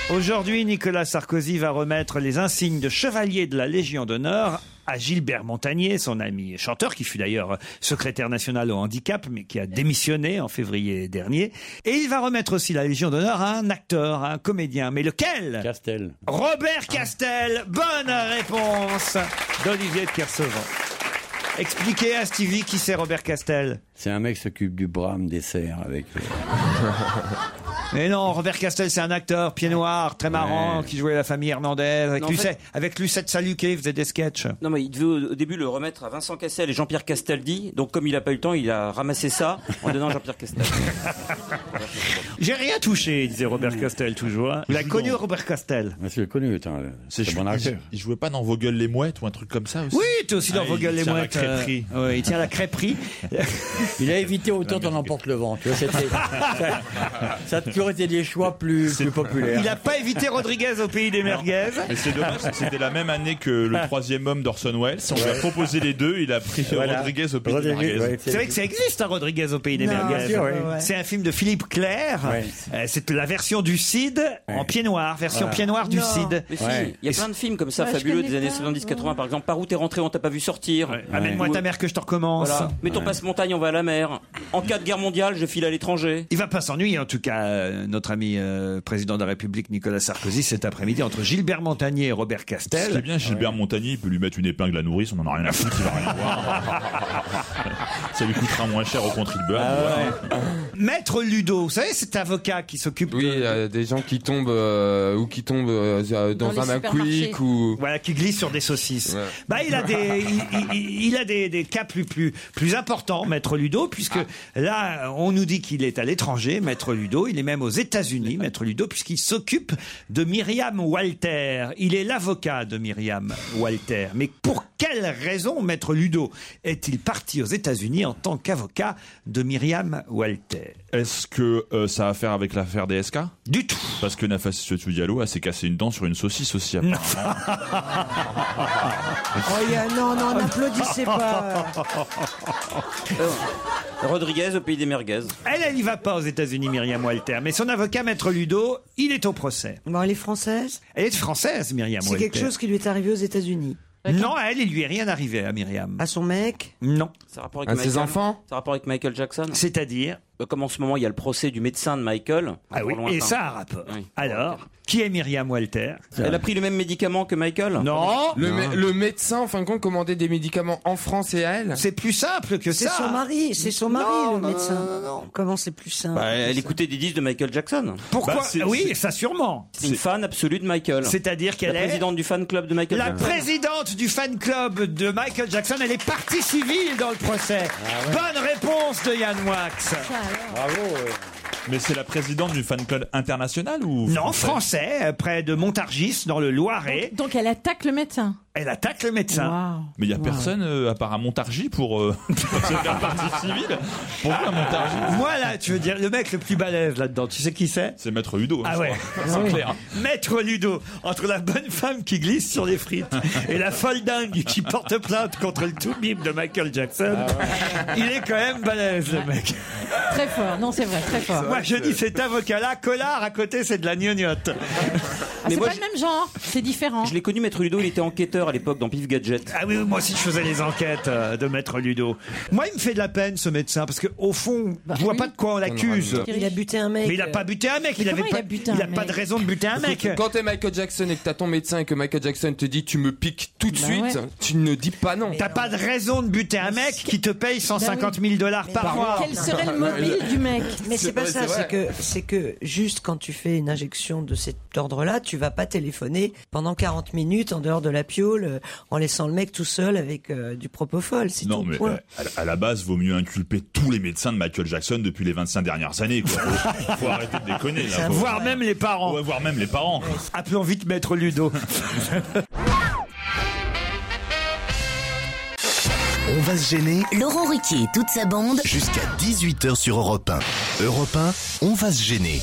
Aujourd'hui, Nicolas Sarkozy va remettre les insignes de chevalier de la Légion d'honneur à Gilbert Montagnier, son ami chanteur, qui fut d'ailleurs secrétaire national au handicap, mais qui a démissionné en février dernier. Et il va remettre aussi la Légion d'honneur à un acteur, à un comédien. Mais lequel Castel. Robert Castel. Bonne réponse d'Olivier de Kersauvent. Expliquez à Stevie qui c'est Robert Castel. C'est un mec qui s'occupe du brame des cerfs avec. euh, Mais non, Robert Castel, c'est un acteur, pied noir, très marrant, qui jouait la famille Hernandez, avec Non, en Lucette, fait- avec Lucette Saluquet, il faisait des sketchs. Non, mais il devait au au début le remettre à Vincent Cassel et Jean-Pierre Castaldi. Donc, comme il a pas eu le temps, il a ramassé ça en donnant à Jean-Pierre Castaldi. J'ai rien touché, disait Robert Castel toujours. Vous l'avez connu, Robert Castel Je l'ai connu, attends. C'est bon acteur. Il jouait pas dans Vos gueules les mouettes ou un truc comme ça aussi Oui, t'es aussi dans Ah, Vos il gueules les tient la mouettes. crêperie. euh, ouais, il tient la crêperie. Il a évité autant d'en emporte le vent. Tu vois, c'était- ça, ça a toujours été des choix plus, plus populaires. Il n'a pas évité Rodriguez au pays des merguez. Mais c'est dommage, parce que c'était la même année que le troisième homme d'Orson Welles. On lui a Ah. Ouais. proposé les deux, il a pris Voilà. Rodriguez au pays des Rodriguez, merguez. ouais, c'est- C'est vrai que ça existe, un Rodriguez au pays des Non, merguez. bien sûr, ouais. C'est un film de Philippe Clair. Euh, C'est la version du Cid en pied noir, version Voilà. pied noir du Cid. Mais si, il y a plein de films comme ça, Ouais, je fabuleux, connais des années pas, 70-80. Par exemple, Par où t'es rentré, on t'a pas vu sortir. Amène-moi ta mère que je te recommence. Voilà. Mettons Ouais. passe-montagne, on va à la mer. En cas de guerre mondiale, je file à l'étranger. Il va pas s'ennuyer, en tout cas, euh, notre ami euh, président de la République Nicolas Sarkozy cet après-midi entre Gilbert Montagnier et Robert Castel. C'est bien Gilbert Montagnier, il peut lui mettre une épingle à nourrice, on en a rien à foutre, il va rien voir. Ça lui coûtera moins cher au contribuable. voilà. Maître Ludo, vous savez, cet avocat qui s'occupe Oui, euh, des gens qui tombent euh, ou qui tombent euh, dans, Dans les un supermarchés. quick ou voilà qui glissent sur des saucisses. Bah, il a des, il, il- il a des, des cas plus, plus, plus importants, Maître Ludo, puisque là, on nous dit qu'il est à l'étranger, Maître Ludo. Il est même aux États-Unis, Maître Ludo, puisqu'il s'occupe de Myriam Walter. Il est l'avocat de Myriam Walter. Mais pour quelle raison, Maître Ludo, est-il parti aux États-Unis en tant qu'avocat de Myriam Walter? Est-ce que euh, ça a à faire avec l'affaire DSK Du tout Parce que Nafas Diallo elle s'est cassé une dent sur une saucisse aussi, apparemment. Oh, il y a- non, non, n'applaudissez pas. Euh, Rodriguez au pays des merguez. Elle, elle n'y va pas aux États-Unis, Myriam Walter. Mais son avocat, Maître Ludo, il est au procès. Bon, elle est française Elle est française, Myriam C'est Walter. quelque chose qui lui est arrivé aux États-Unis. Non, à elle, il lui est rien arrivé, à Myriam. À son mec Non. Ça a rapport avec À ses Michael- enfants Ça a rapport avec Michael Jackson Euh, C'est-à-dire Comme en ce moment, il y a le procès du médecin de Michael. Ah oui, et ça a rapport. Alors, qui est Myriam Walter Elle a pris le même médicament que Michael Non Le, mé- le médecin, en fin de compte, commandait des médicaments en France et à elle C'est plus simple que C'est son mari, c'est son mari le médecin. Comment c'est plus simple Bah, elle écoutait des disques de Michael Jackson. Pourquoi Bah, Ah Oui, ça sûrement. Bah, C'est une fan absolue de Michael. C'est-à-dire qu'elle La est- présidente du fan club de Michael La Jackson. présidente du fan club de Michael Jackson, elle est partie civile dans le procès. Ah Bonne réponse de Yann Wax. Bravo. Mais c'est la présidente du fan club international ou Non, français, euh, près de Montargis, dans le Loiret. Donc elle attaque le médecin. Elle attaque le médecin. Mais il n'y a Wow. personne euh, à part à Montargis pour euh, se faire partie civile. Pourquoi à Montargis Moi Ah là, tu veux dire le mec le plus balèze là-dedans, tu sais qui c'est C'est Maître Ludo. Ah je ouais, crois. C'est clair. Maître Ludo, entre la bonne femme qui glisse sur les frites et la folle dingue qui porte plainte contre le tout bib de Michael Jackson, Ah il est quand même balèze le mec. Très fort, non c'est vrai, très fort. Moi je dis cet avocat-là, collard à côté c'est de la gnognotte. Ah, c'est pas le même genre, c'est différent. Je l'ai connu, Maître Ludo, il était enquêteur à l'époque dans Pif Gadget. Ah oui, moi aussi je faisais les enquêtes euh, de Maître Ludo. Moi il me fait de la peine ce médecin parce que au fond, je vois pas de quoi on l'accuse. Il a buté un mec. Mais il a pas buté un mec, il Mais avait comment pas, il a buté il un a pas mec Bah de raison de buter un mec. Quand t'es Michael Jackson et que t'as ton médecin et que Michael Jackson te dit tu me piques tout de Bah suite, ouais. tu ne dis pas non. T'as pas de raison de buter un mec qui te paye 150 000 dollars par mois. Quel serait le mobile du mec Mais c'est pas ça, c'est que c'est que juste quand tu fais une injection de cet ordre-là, tu vas pas téléphoner pendant 40 minutes en dehors de la piole euh, en laissant le mec tout seul avec euh, du propofol, c'est Non, tout. mais point. euh, à, la- à la base, vaut mieux inculper tous les médecins de Michael Jackson depuis les 25 dernières années. Quoi. Faut, faut arrêter de déconner. Là, faut- Voire même les parents. Ah, Ouais, voire même les parents. Appelons vite Maître Ludo. On va se gêner. Laurent Ruquier et toute sa bande. Jusqu'à 18h sur Europe 1. Europe 1, on va se gêner.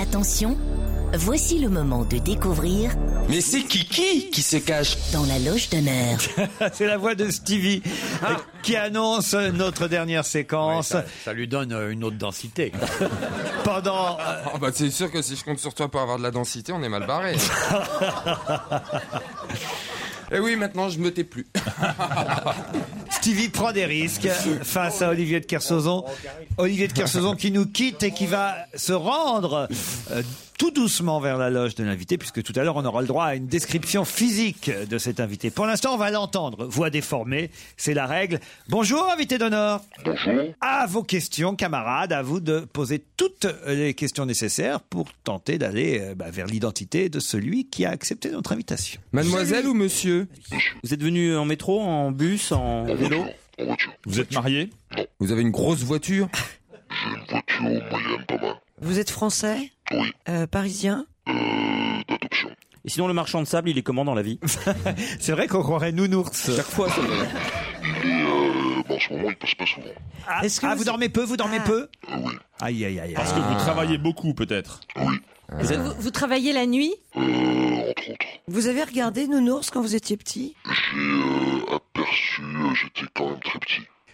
Attention, voici le moment de découvrir. Mais c'est Kiki qui se cache dans la loge d'honneur. C'est la voix de Stevie Ah, euh, qui annonce notre dernière séquence. Ça lui donne euh, une autre densité. Pendant. bah, c'est sûr que si je compte sur toi pour avoir de la densité, on est mal barré. Et Eh oui, maintenant je me tais plus. Stevie prend des risques face à Olivier de Kersauzon. Olivier de Kersauzon qui nous quitte et qui va se rendre euh, tout doucement vers la loge de l'invité, puisque tout à l'heure on aura le droit à une description physique de cet invité. Pour l'instant, on va l'entendre. Voix déformée, c'est la règle. Bonjour, invité d'honneur. Bonjour. À vos questions, camarades, à vous de poser toutes les questions nécessaires pour tenter d'aller euh, bah, vers l'identité de celui qui a accepté notre invitation. Mademoiselle ou monsieur Vous êtes venu en métro, en bus, en vélo Vous êtes marié Vous avez une grosse voiture Vous êtes français Euh, Parisien Et sinon, le marchand de sable, il est comment dans la vie C'est vrai qu'on croirait nounours. Chaque fois, ça me- euh, bah, en ce moment, il passe pas souvent. Ah, ah, vous dormez peu, vous dormez peu Aïe, aïe, aïe. Parce que vous travaillez beaucoup, peut-être. Est-ce que Euh, vous, vous travaillez la nuit Vous avez regardé Nounours quand vous étiez petit euh,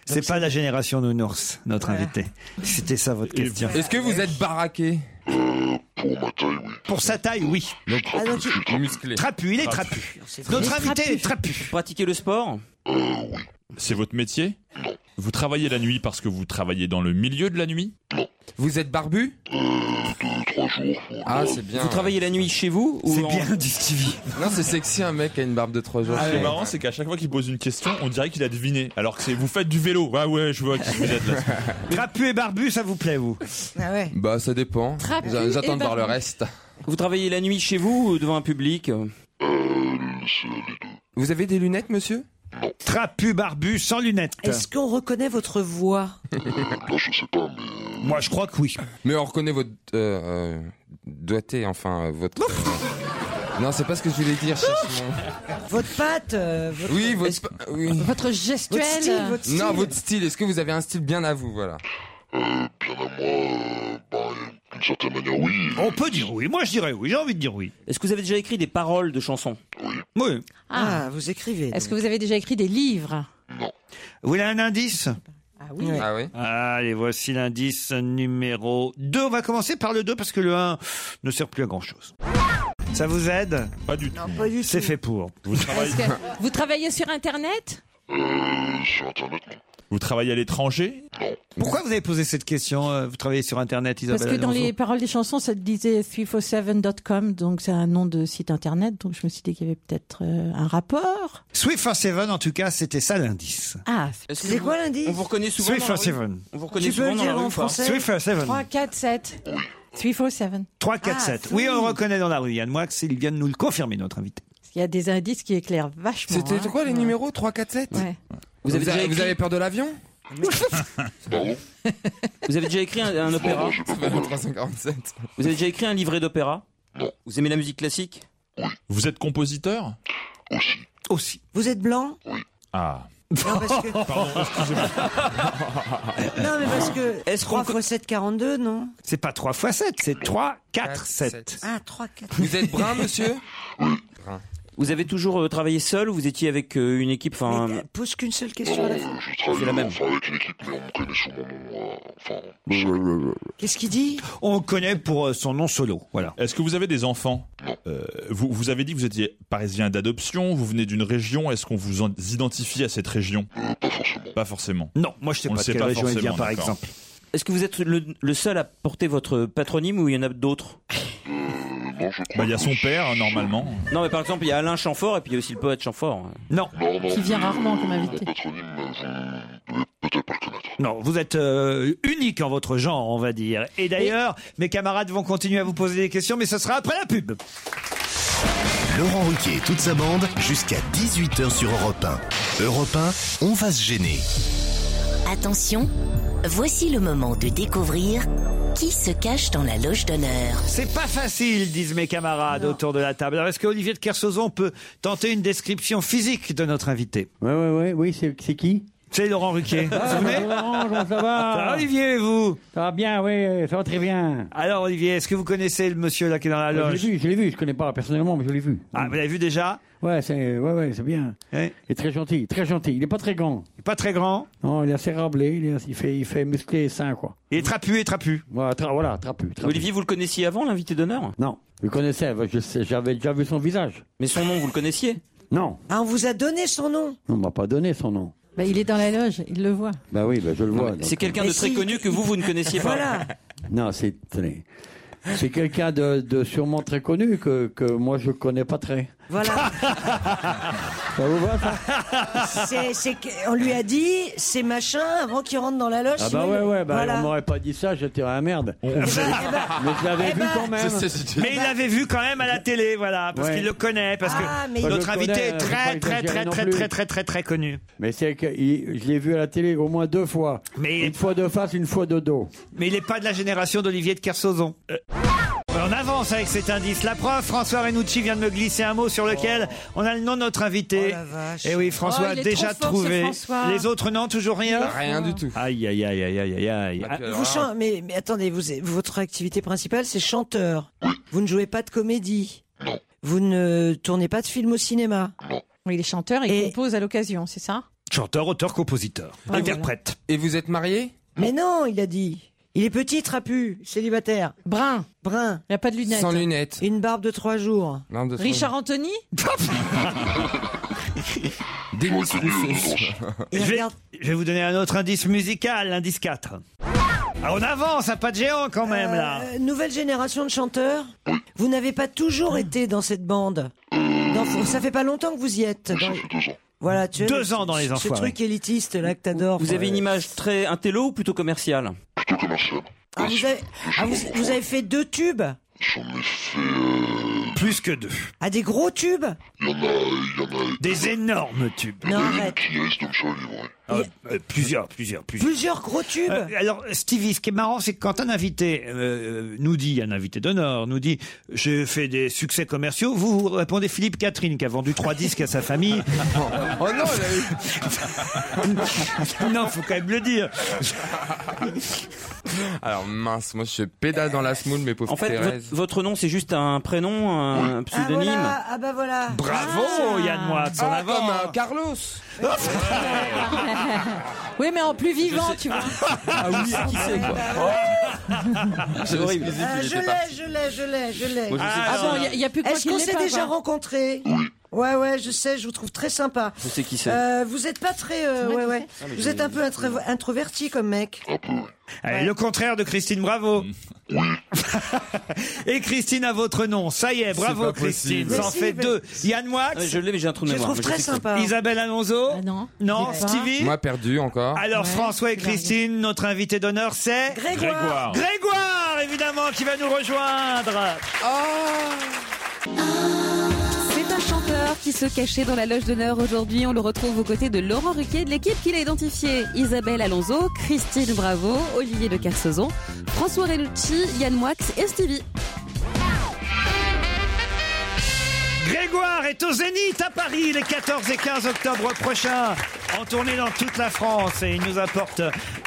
C'est pas la génération nounours, notre invité. C'était ça votre question. Est-ce que vous êtes baraqué Euh, Pour sa taille, oui. Ah, donc, il- Musclé. Trapu, il est trapu. Notre invité est trapu. Pratiquez le sport C'est votre métier Vous travaillez la nuit parce que vous travaillez dans le milieu de la nuit Vous êtes barbu Oh. Ah, c'est bien. Vous travaillez la nuit chez vous ou en- dit Stevie. Non, c'est sexy un mec qui a une barbe de 3 jours. Ah Ce qui Ouais. est marrant, c'est qu'à chaque fois qu'il pose une question, on dirait qu'il a deviné. Alors que c'est vous faites du vélo. Ouais, ouais, je vois qui vous êtes là. Trapu et barbu, ça vous plaît, vous Ah ouais. Bah, ça dépend. Trapu J'a- J'attends et de voir le barbu. reste. Vous travaillez la nuit chez vous ou devant un public Vous avez des lunettes, monsieur Trapu, barbu, sans lunettes. Est-ce qu'on reconnaît votre voix Euh, Moi, je crois que oui. Mais on reconnaît votre euh, euh, doigté, enfin euh, votre. euh, non, c'est pas ce que je voulais dire. cherche mon- Votre patte euh, votre... Oui, votre. pa- oui. Votre gestuelle Votre style, votre style. Non, votre style. Est-ce que vous avez un style bien à vous, voilà Euh, bah, D'une certaine manière, oui. On peut dire oui. Moi, je dirais oui. J'ai envie de dire oui. Est-ce que vous avez déjà écrit des paroles de chansons Oui. Ah, vous écrivez. Est-ce que donc. vous avez déjà écrit des livres Vous voulez un indice Ah oui. Ah oui. Allez, voici l'indice numéro 2. On va commencer par le 2 parce que le 1 ne sert plus à grand chose. Ça vous aide Pas du tout. C'est fait pour. Vous Est-ce que vous travaillez sur Internet Vous travaillez à l'étranger Pourquoi vous avez posé cette question euh, Vous travaillez sur Internet, Isabelle Parce que dans Alonso les paroles des chansons, ça disait 347.com, donc c'est un nom de site internet, donc je me suis dit qu'il y avait peut-être euh, un rapport. Swift for Seven, en tout cas, c'était ça l'indice. Ah, Est-ce que c'est vous- quoi lundi On vous reconnaît souvent. Swift dans la for rue Seven. On vous reconnaît souvent dans la rue ou pas 3, 4, 7. 347. 3, 4, Ah, 7. Oui, on le reconnaît dans la rue, Yann Moix. Il vient de nous le confirmer, notre invité. Il y a des indices qui éclairent vachement. C'était hein. quoi les numéros 3, 4, 7 Vous avez vous, déjà avez, écrit- peur de l'avion Vous avez déjà écrit un, un opéra Vous avez déjà écrit un livret d'opéra Vous aimez la musique classique Vous êtes compositeur Aussi. Vous êtes blanc Ah. Non, parce que- Pardon, excusez-moi. Non, mais parce que. Est-ce 3 x 7, 42, non C'est pas 3 x 7, c'est 3, 4, 7. Ah, 3, 4. Vous êtes brun, monsieur Vous avez toujours euh, travaillé seul ou vous étiez avec euh, une équipe enfin, Pose qu'une seule question à la fois. C'est la même. Qu'est-ce qu'il dit On le connaît pour euh, son nom solo. Voilà. Est-ce que vous avez des enfants Euh, vous, vous avez dit que vous étiez parisien d'adoption, vous venez d'une région. Est-ce qu'on vous en- identifie à cette région Euh, Pas forcément. Non, moi je sais On pas le de quelle région il vient, par d'accord. exemple. Est-ce que vous êtes le, le seul à porter votre patronyme ou il y en a d'autres Euh, Bah, il y a son père, normalement. Non, mais par exemple, il y a Alain Chamfort et puis il y a aussi le poète Chamfort. Non. Qui vient rarement comme invité. Non, vous êtes euh, unique en votre genre, on va dire. Et d'ailleurs, mes camarades vont continuer à vous poser des questions, mais ce sera après la pub. Laurent Ruquier et toute sa bande jusqu'à 18h sur Europe 1. Europe 1, on va se gêner. Attention, voici le moment de découvrir qui se cache dans la loge d'honneur. C'est pas facile, disent mes camarades autour de la table. Alors, est-ce que Olivier de Kersauzon peut tenter une description physique de notre invité Ouais, ouais, ouais, oui, c'est c'est qui C'est Laurent Ruquier. Vous vous souvenez Laurent, ça va Ça va, Olivier, vous Ça va bien, oui, ça va très bien. Alors, Olivier, est-ce que vous connaissez le monsieur là qui est dans la Ouais, loge Je l'ai vu, je l'ai vu, je connais pas personnellement, mais je l'ai vu. Ah, vous l'avez vu déjà Ouais, c'est ouais, ouais, c'est bien. Il est très gentil, très gentil. Il est pas très grand. Il est pas très grand Non, il est assez rablé, il, est- il fait, il fait musclé et sain, quoi. Il est trapu et trapu. Voilà, tra- voilà trapu, trapu. Olivier, vous le connaissiez avant, l'invité d'honneur Non, vous connaissez, je sais, j'avais déjà vu son visage. Mais son nom, vous le connaissiez Non, Ah, on vous a donné son nom on m'a pas donné son nom. Bah, il est dans la loge, il le voit. Bah oui, bah, je le vois. donc. C'est quelqu'un de Mais très si. connu que vous, vous ne connaissiez pas. Voilà. Non, c'est tenez. c'est quelqu'un de, de sûrement très connu que, que moi je connais pas très. Voilà. Ça vous va ça C'est- c'est que- on lui a dit, c'est machin, avant qu'il rentre dans la loge. Ah bah sinon- ouais ouais bah Voilà. on m'aurait pas dit ça, j'étais à la merde. Eh ben, Mais Eh ben, je l'avais vu quand même. Mais il l'avait vu quand même à la télé, voilà, parce Ouais. qu'il le connaît, parce Ah, que mais il- notre Je le invité connais, est faut pas très, très, exagérer très, non très, plus. très, très, très, très connu. Mais c'est que il- je l'ai vu à la télé au moins deux fois. une fois de face, une fois de dos. Mais il n'est pas de la génération d'Olivier de Kersauzon. Euh, On avance avec cet indice. La preuve, François Renucci vient de me glisser un mot sur lequel on a le nom de notre invité. Et oui, François Oh, a il est déjà trop fort, trouvé. ce François. Les autres, non, toujours rien Rien du tout. Aïe, aïe, aïe, aïe, aïe, aïe, aïe. Ah, Vous chan- mais, mais attendez, vous, votre activité principale, c'est chanteur. Vous ne jouez pas de comédie. Vous ne tournez pas de film au cinéma. Oui, il est chanteur et, compose à l'occasion, c'est ça Chanteur, auteur, compositeur, interprète. Et vous êtes marié Mais non, il a dit. Il est petit, trapu, célibataire. Brun. Brun. Il n'a pas de lunettes. Sans lunettes. Une barbe de trois jours. Richard Anthony Dénis hein. Je vais, je vais vous donner un autre indice musical, l'indice 4. Ah, on avance, un pas de géant Ah, quand même, là. Euh, nouvelle génération de chanteurs. Vous n'avez pas toujours été dans cette bande. Dans- ça fait pas longtemps que vous y êtes. Dans- Voilà, tu Deux ce- ans dans les ce- enfoirés. Ce truc élitiste là que t'adores. Vous avez Ouais. une image très intello ou plutôt commerciale Ah, vous avez, ah, vous, vous avez fait deux tubes Plus que deux. Ah, des gros tubes Des énormes tubes. Non, arrête. Ah, euh, plusieurs, plusieurs, plusieurs. Plusieurs gros tubes Euh, alors, Stevie, ce qui est marrant, c'est que quand un invité euh, nous dit, un invité d'honneur, nous dit « j'ai fait des succès commerciaux », vous, vous répondez Philippe Catherine, qui a vendu trois disques à sa famille. Oh non, non, faut quand même le dire. Alors mince, moi je suis pédale dans la smoule, mes pauvres En fait, Thérèse. vo- votre nom, c'est juste un prénom, euh, un, un Ah pseudonyme. voilà, ah bah voilà. Ah. Bravo, Yann Moix, en Ah, avant. comme euh, un Carlos. Oui, mais en plus vivant, tu vois. Ah oui, qui c'est Bah, quoi C'est horrible. Euh, je l'ai, je l'ai, je l'ai, je l'ai. Moi, je sais Ah pas. bon, il y a- il y a plus que moi Est-ce qui qu'on l'ai s'est pas, déjà quoi. rencontrés Ouais, ouais, je sais, je vous trouve très sympa. Je sais qui c'est. Euh, vous êtes pas très, euh, ouais, ouais. Ah, mais Vous j'ai- êtes un peu intré- introverti comme mec. Allez, Le contraire de Christine Bravo. Mm. Et Christine à votre nom. Ça y est, C'est bravo pas possible. Christine. Ça en Mais si, fait mais- deux. Yann Moix. Ouais, je l'ai, mais j'ai un trou de Je mémoire, trouve mais je très sais que- sympa. Isabelle Alonso. non. Non, Ouais. Stevie. Moi perdu encore. Alors François et Christine, notre invité d'honneur, c'est Grégoire. Grégoire, évidemment, qui va nous rejoindre. C'est un chanteur qui se cachait dans la loge d'honneur aujourd'hui. On le retrouve aux côtés de Laurent Ruquier de l'équipe qu'il a identifié. Isabelle Alonso, Christine Bravo, Olivier de Kersauzon, François Renucci, Yann Moix et Stevie. Grégoire est au Zénith à Paris les 14 et 15 octobre prochains, en tournée dans toute la France. Et il nous apporte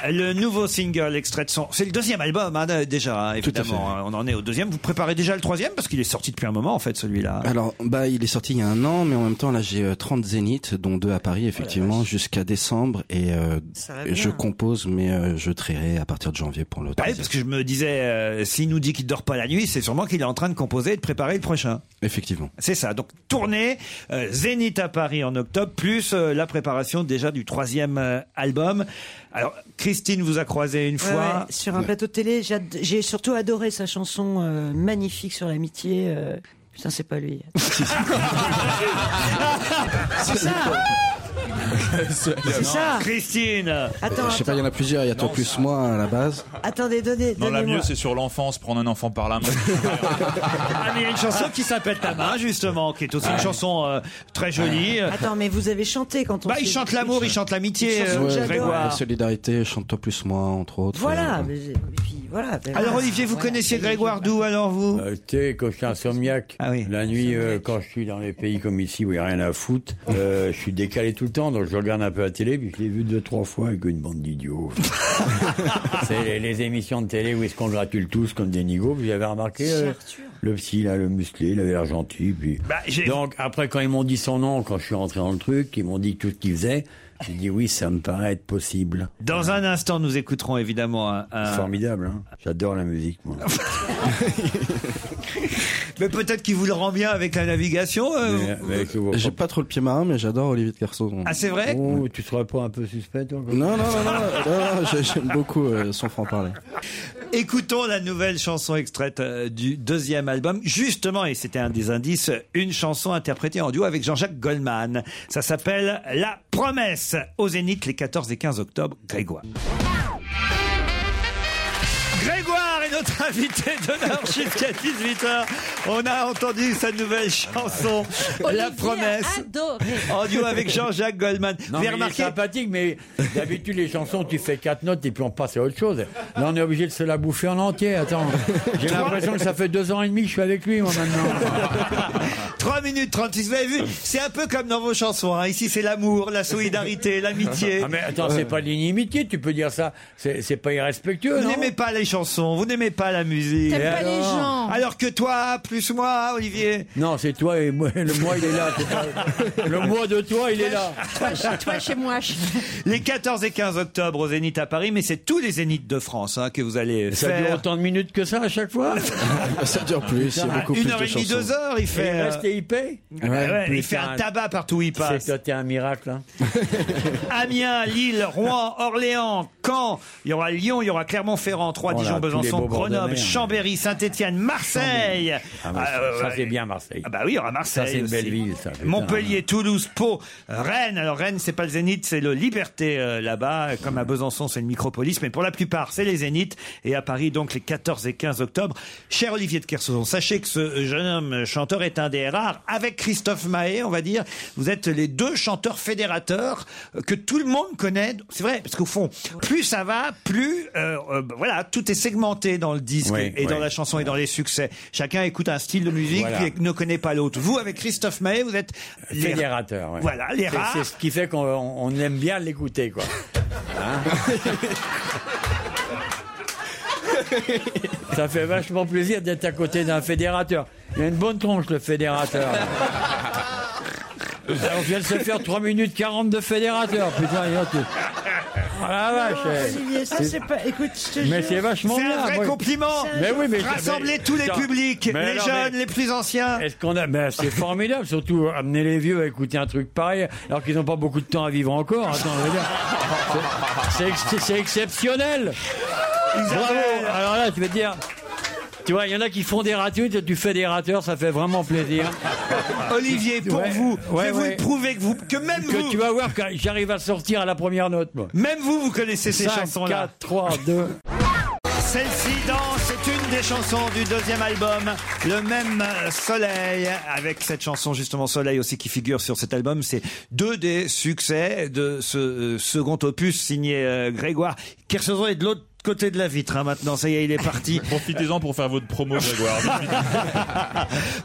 le nouveau single extrait de son. C'est le deuxième album, hein, déjà, hein, évidemment. hein. On en est au deuxième. Vous préparez déjà le troisième parce qu'il est sorti depuis un moment, en fait, celui-là. Alors, bah, il est sorti il y a un an, mais en même temps, là, j'ai euh, 30 zéniths, dont deux à Paris, effectivement, jusqu'à décembre. Et euh, Ça va et je bien. compose, mais euh, je trierai à partir de janvier pour l'autre. Ah oui, parce que je me disais, euh, s'il nous dit qu'il dort pas la nuit, c'est sûrement qu'il est en train de composer et de préparer le prochain. Effectivement. C'est ça. Donc tournée, euh, Zénith à Paris en octobre, plus euh, la préparation déjà du troisième euh, album. Alors Christine vous a croisé une Ouais, fois. ouais, sur un plateau de télé, j'ai ad- j'ai surtout adoré sa chanson euh, magnifique sur l'amitié. euh, Putain, c'est pas lui. c'est ça. Ah, Bah, C'est ça. Christine Attends, je sais pas, il y en a plusieurs. Il y a toi Non, plus moi à la base. Attendez, donnez. Non, la donnez-moi. mieux, c'est sur l'enfance, prendre un enfant par la main. Ah, mais il y a une chanson qui s'appelle Ta main, justement, qui est aussi une chanson euh, très jolie. Ah. Attends, mais vous avez chanté quand on. Bah, il s'est- chante l'amour, il chante l'amitié, Une chanson euh, que j'adore. La Grégoire. solidarité, chante-toi plus moi, entre autres. Voilà. Euh, mais- et puis, voilà. ben, Alors voilà. Olivier, vous connaissiez Grégoire d'où alors vous Ah T'es cochon insomniaque. La nuit, euh, quand je suis dans les pays comme ici où il n'y a rien à foutre, euh, je suis décalé tout le temps, donc je regarde un peu la télé, puis je l'ai vu deux, trois fois avec une bande d'idiots. C'est les, les émissions de télé où ils se congratulent tous comme des nigauds, puis j'avais remarqué euh, le psy, là, le musclé, il avait l'air gentil, puis... donc après, quand ils m'ont dit son nom, quand je suis rentré dans le truc, ils m'ont dit tout ce qu'il faisait, j'ai dit oui, ça me paraît être possible. Dans un instant, nous écouterons évidemment un. un- Formidable, hein J'adore la musique, moi. Mais peut-être qu'il vous le rend bien avec la navigation. euh, vous- J'ai pas trop le pied marin, mais j'adore Olivier de Kersauzon. Ah, c'est vrai Oh, tu serais pas un peu suspect, toi comme- Non, non, non, non, non, non, j'ai- j'aime beaucoup euh, son franc-parler. Écoutons la nouvelle chanson extraite euh, du deuxième album. Justement, et c'était un des indices, une chanson interprétée en duo avec Jean-Jacques Goldman. Ça s'appelle La Promesse au Zénith les 14 et 15 octobre. Grégoire. Grégoire est notre invité d'honneur jusqu'à 18h. On a entendu sa nouvelle chanson, La Promesse, en duo avec Jean-Jacques Goldman. Non, mais Vous avez remarqué il est sympathique, mais d'habitude, les chansons, tu fais quatre notes et puis on passe à autre chose. Là, on est obligé de se la bouffer en entier. Attends, j'ai l'impression que ça fait deux ans et demi que je suis avec lui, moi, maintenant. 3 minutes 36, vous avez vu, c'est un peu comme dans vos chansons. hein. Ici, c'est l'amour, la solidarité, l'amitié. Ah, mais attends, c'est pas de l'inimitié, tu peux dire ça. C'est c'est pas irrespectueux, Vous non n'aimez pas les chansons, vous n'aimez pas la musique. T'aimes Et pas les alors gens. Alors que toi, plus moi, Olivier. Non, c'est toi et moi. Le moi, il est là. t'es pas- Le moi de toi, il est là. moi. Les 14 et 15 octobre au Zénith à Paris, mais c'est tous les Zéniths de France hein, que vous allez Ça faire. dure autant de minutes que ça à chaque fois Ça dure plus, il y a beaucoup Une plus heure de et demie, chansons. deux heures, il fait. euh, il reste et il paye Ouais, ouais, il fait un tabac partout où il passe. C'est toi, t'es un miracle. hein. Amiens, Lille, Rouen, Orléans, Caen, il y aura Lyon, il y aura Clermont-Ferrand, Troyes, Oh là, tous Dijon, les Besançon, beaux bords de Grenoble, mer. Chambéry, Saint-Etienne, Marseille. Ah, mais Ah, ouais, ça, ouais. c'est bien Marseille. Ah bah oui, il y aura Marseille. Ça, c'est une aussi. belle ville, ça. putain. Montpellier, Toulouse, Pau, Rennes. Alors Rennes, c'est pas le Zénith, c'est le Liberté euh, là-bas. Comme à Besançon, c'est le Micropolis, mais pour la plupart, c'est les Zéniths. Et à Paris, donc les 14 et 15 octobre. Cher Olivier de Kersauzon, sachez que ce jeune homme chanteur est un des rares. Avec Christophe Mahé, on va dire, vous êtes les deux chanteurs fédérateurs euh, que tout le monde connaît. C'est vrai, parce qu'au fond, plus ça va, plus euh, euh, bah, voilà, tout est segmenté dans le disque Oui, et dans oui. la chanson et dans les succès. Chacun écoute un style de musique Voilà. puis ne connaît pas l'autre. Vous, avec Christophe Mahé, vous êtes les- Fédérateur, ouais. Voilà, les C'est- rares. C'est ce qui fait qu'on on- on aime bien l'écouter, quoi. Hein Ça fait vachement plaisir d'être à côté d'un fédérateur. Il a une bonne tronche, le fédérateur. Là, on vient de se faire 3 minutes 40 de fédérateur. Putain, il y a tout. Oh la Ah, vache. eh. Ah, Olivier, ça, c'est pas. Écoute, je te Mais jure. c'est vachement C'est un bien. vrai moi. compliment. Mais oui, mais mais- Rassemblez tous les Putain. publics, les jeunes, les plus anciens. Est-ce qu'on a mais C'est formidable, surtout euh, amener les vieux à écouter un truc pareil, alors qu'ils n'ont pas beaucoup de temps à vivre encore. Attends, je veux dire. C'est- c'est ex- c'est exceptionnel. Bravo. Alors là, tu vas te dire. Tu vois, il y en a qui font des ratures, toi, tu fais des ratures, ça fait vraiment plaisir. Olivier, pour Ouais, vous, ouais, je vais ouais. vous prouver que, vous, que même Que vous, tu vas voir que j'arrive à sortir à la première note. moi. même vous, vous connaissez ces Cinq, chansons-là. quatre, trois, deux. Celle-ci danse, c'est une des chansons du deuxième album, Le même soleil, avec cette chanson justement Soleil aussi qui figure sur cet album. C'est deux des succès de ce euh, second opus signé euh, Grégoire. Kersozon est de l'autre côté de la vitre hein, maintenant, ça y est, il est parti. Profitez-en pour faire votre promo, Grégoire.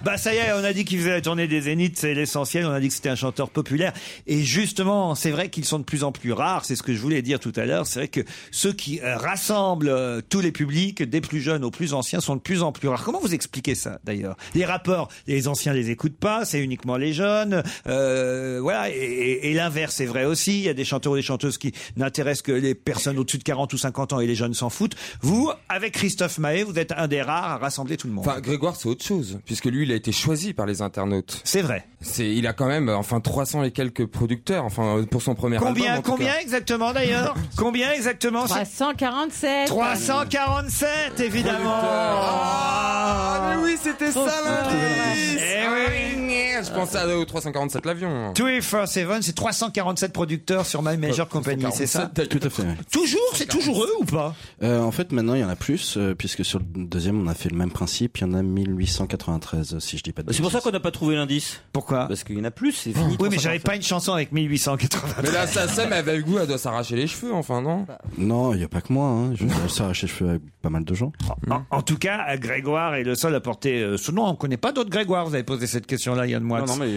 bah ça y est, on a dit qu'il faisait la tournée des Zéniths, c'est l'essentiel. On a dit que c'était un chanteur populaire. Et justement, c'est vrai qu'ils sont de plus en plus rares. C'est ce que je voulais dire tout à l'heure. C'est vrai que ceux qui euh, rassemblent euh, tous les publics, des plus jeunes aux plus anciens, sont de plus en plus rares. Comment vous expliquez ça d'ailleurs Les rappeurs, les anciens les écoutent pas, c'est uniquement les jeunes. Euh, voilà. Et, et- et l'inverse est vrai aussi. Il y a des chanteurs ou des chanteuses qui n'intéressent que les personnes au-dessus de 40 ou 50 ans et les jeunes s'en foutent. Vous, avec Christophe Maé, vous êtes un des rares à rassembler tout le monde. Enfin, Grégoire, c'est autre chose, puisque lui, il a été choisi par les internautes. C'est vrai. C'est, il a quand même, euh, enfin, 300 et quelques producteurs, enfin, euh, pour son premier Combien, album. en tout combien cas. exactement d'ailleurs Combien exactement c'est- 347. 347 évidemment. Ah mais oui, c'était ça Eh Ah, l'indice. Je pense pensais à au 347 l'avion. 247, c'est 347 producteurs sur My Major Company, c'est ça Tout à fait. ouais. Toujours, c'est toujours eux ou pas Euh, en fait, maintenant, il y en a plus, euh, puisque sur le deuxième, on a fait le même principe. Il y en a 1893, euh, si je dis pas de Bah, C'est pour bêtises. ça qu'on n'a pas trouvé l'indice. Pourquoi Oh. Parce qu'il y en a plus, c'est fini. Oui, mais j'avais pas une chanson avec 1880. Mais là, ça, Sam avait le goût, elle doit s'arracher les cheveux, enfin, non Non, il n'y a pas que moi. Hein. Je s'arrache les cheveux avec pas mal de gens. Ah, En, en tout cas, Grégoire est le seul à porter euh, ce nom. On ne connaît pas d'autres Grégoire. Vous avez posé cette question-là, Yann Moix. Non, non, mais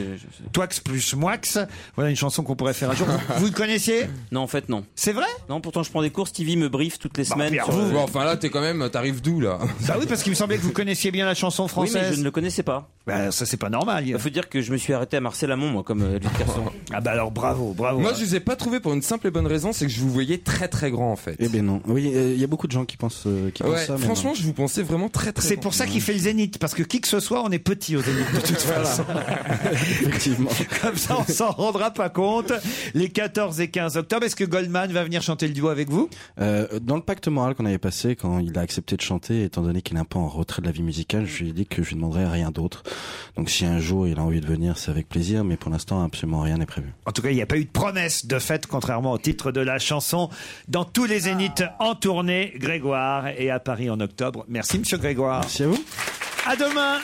Toix plus Moix. Voilà une chanson qu'on pourrait faire un jour. Vous- Vous le connaissiez Non, en fait, non. C'est vrai Non, pourtant, je prends des cours. Stevie me briefe toutes les semaines. Pierre, sur vous- le- Bon, Enfin, là, t'es quand même, t'arrives d'où, là Bah oui, parce qu'il me semblait que vous connaissiez bien la chanson Oui, française. mais je ne le connaissais pas. Bah, ça, c'est pas normal. Il faut dire que je me suis arrêté à Marcel Amont, moi, comme euh, Edwin Kerson. Ah, bah alors, bravo, bravo. Moi, je vous ai pas trouvé pour une simple et bonne raison, c'est que je vous voyais très très grand, en fait. Eh bien non. Oui, euh, il y a beaucoup de gens qui pensent, euh, qui pensent Ouais, ça. mais franchement, non. je vous pensais vraiment très très C'est pour ça qu'il fait le zénith, parce que qui que ce soit, on est petit au zénith de toute façon. Effectivement. Comme ça, on s'en rendra pas compte. Les 14 et 15 octobre, est-ce que Goldman va venir chanter le duo avec vous Euh, dans le pacte moral qu'on avait passé, quand il a accepté de chanter, étant donné qu'il est un peu en retrait de la vie musicale, je lui ai dit que je lui demanderais rien d'autre. Donc si un jour il a envie de venir, c'est avec plaisir, mais pour l'instant, absolument rien n'est prévu. En tout cas, il n'y a pas eu de promesse de fête, contrairement au titre de la chanson. Dans tous les zéniths en tournée, Grégoire et à Paris en octobre. Merci, monsieur Grégoire. Merci à vous. À demain,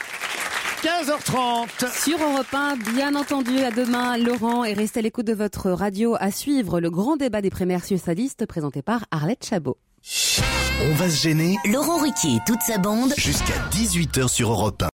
15h30. Sur Europe 1, bien entendu, à demain, Laurent, et restez à l'écoute de votre radio à suivre le grand débat des prémercieux sadistes présenté par Arlette Chabot. On va se gêner Laurent Ruquier et toute sa bande. jusqu'à 18h sur Europe 1.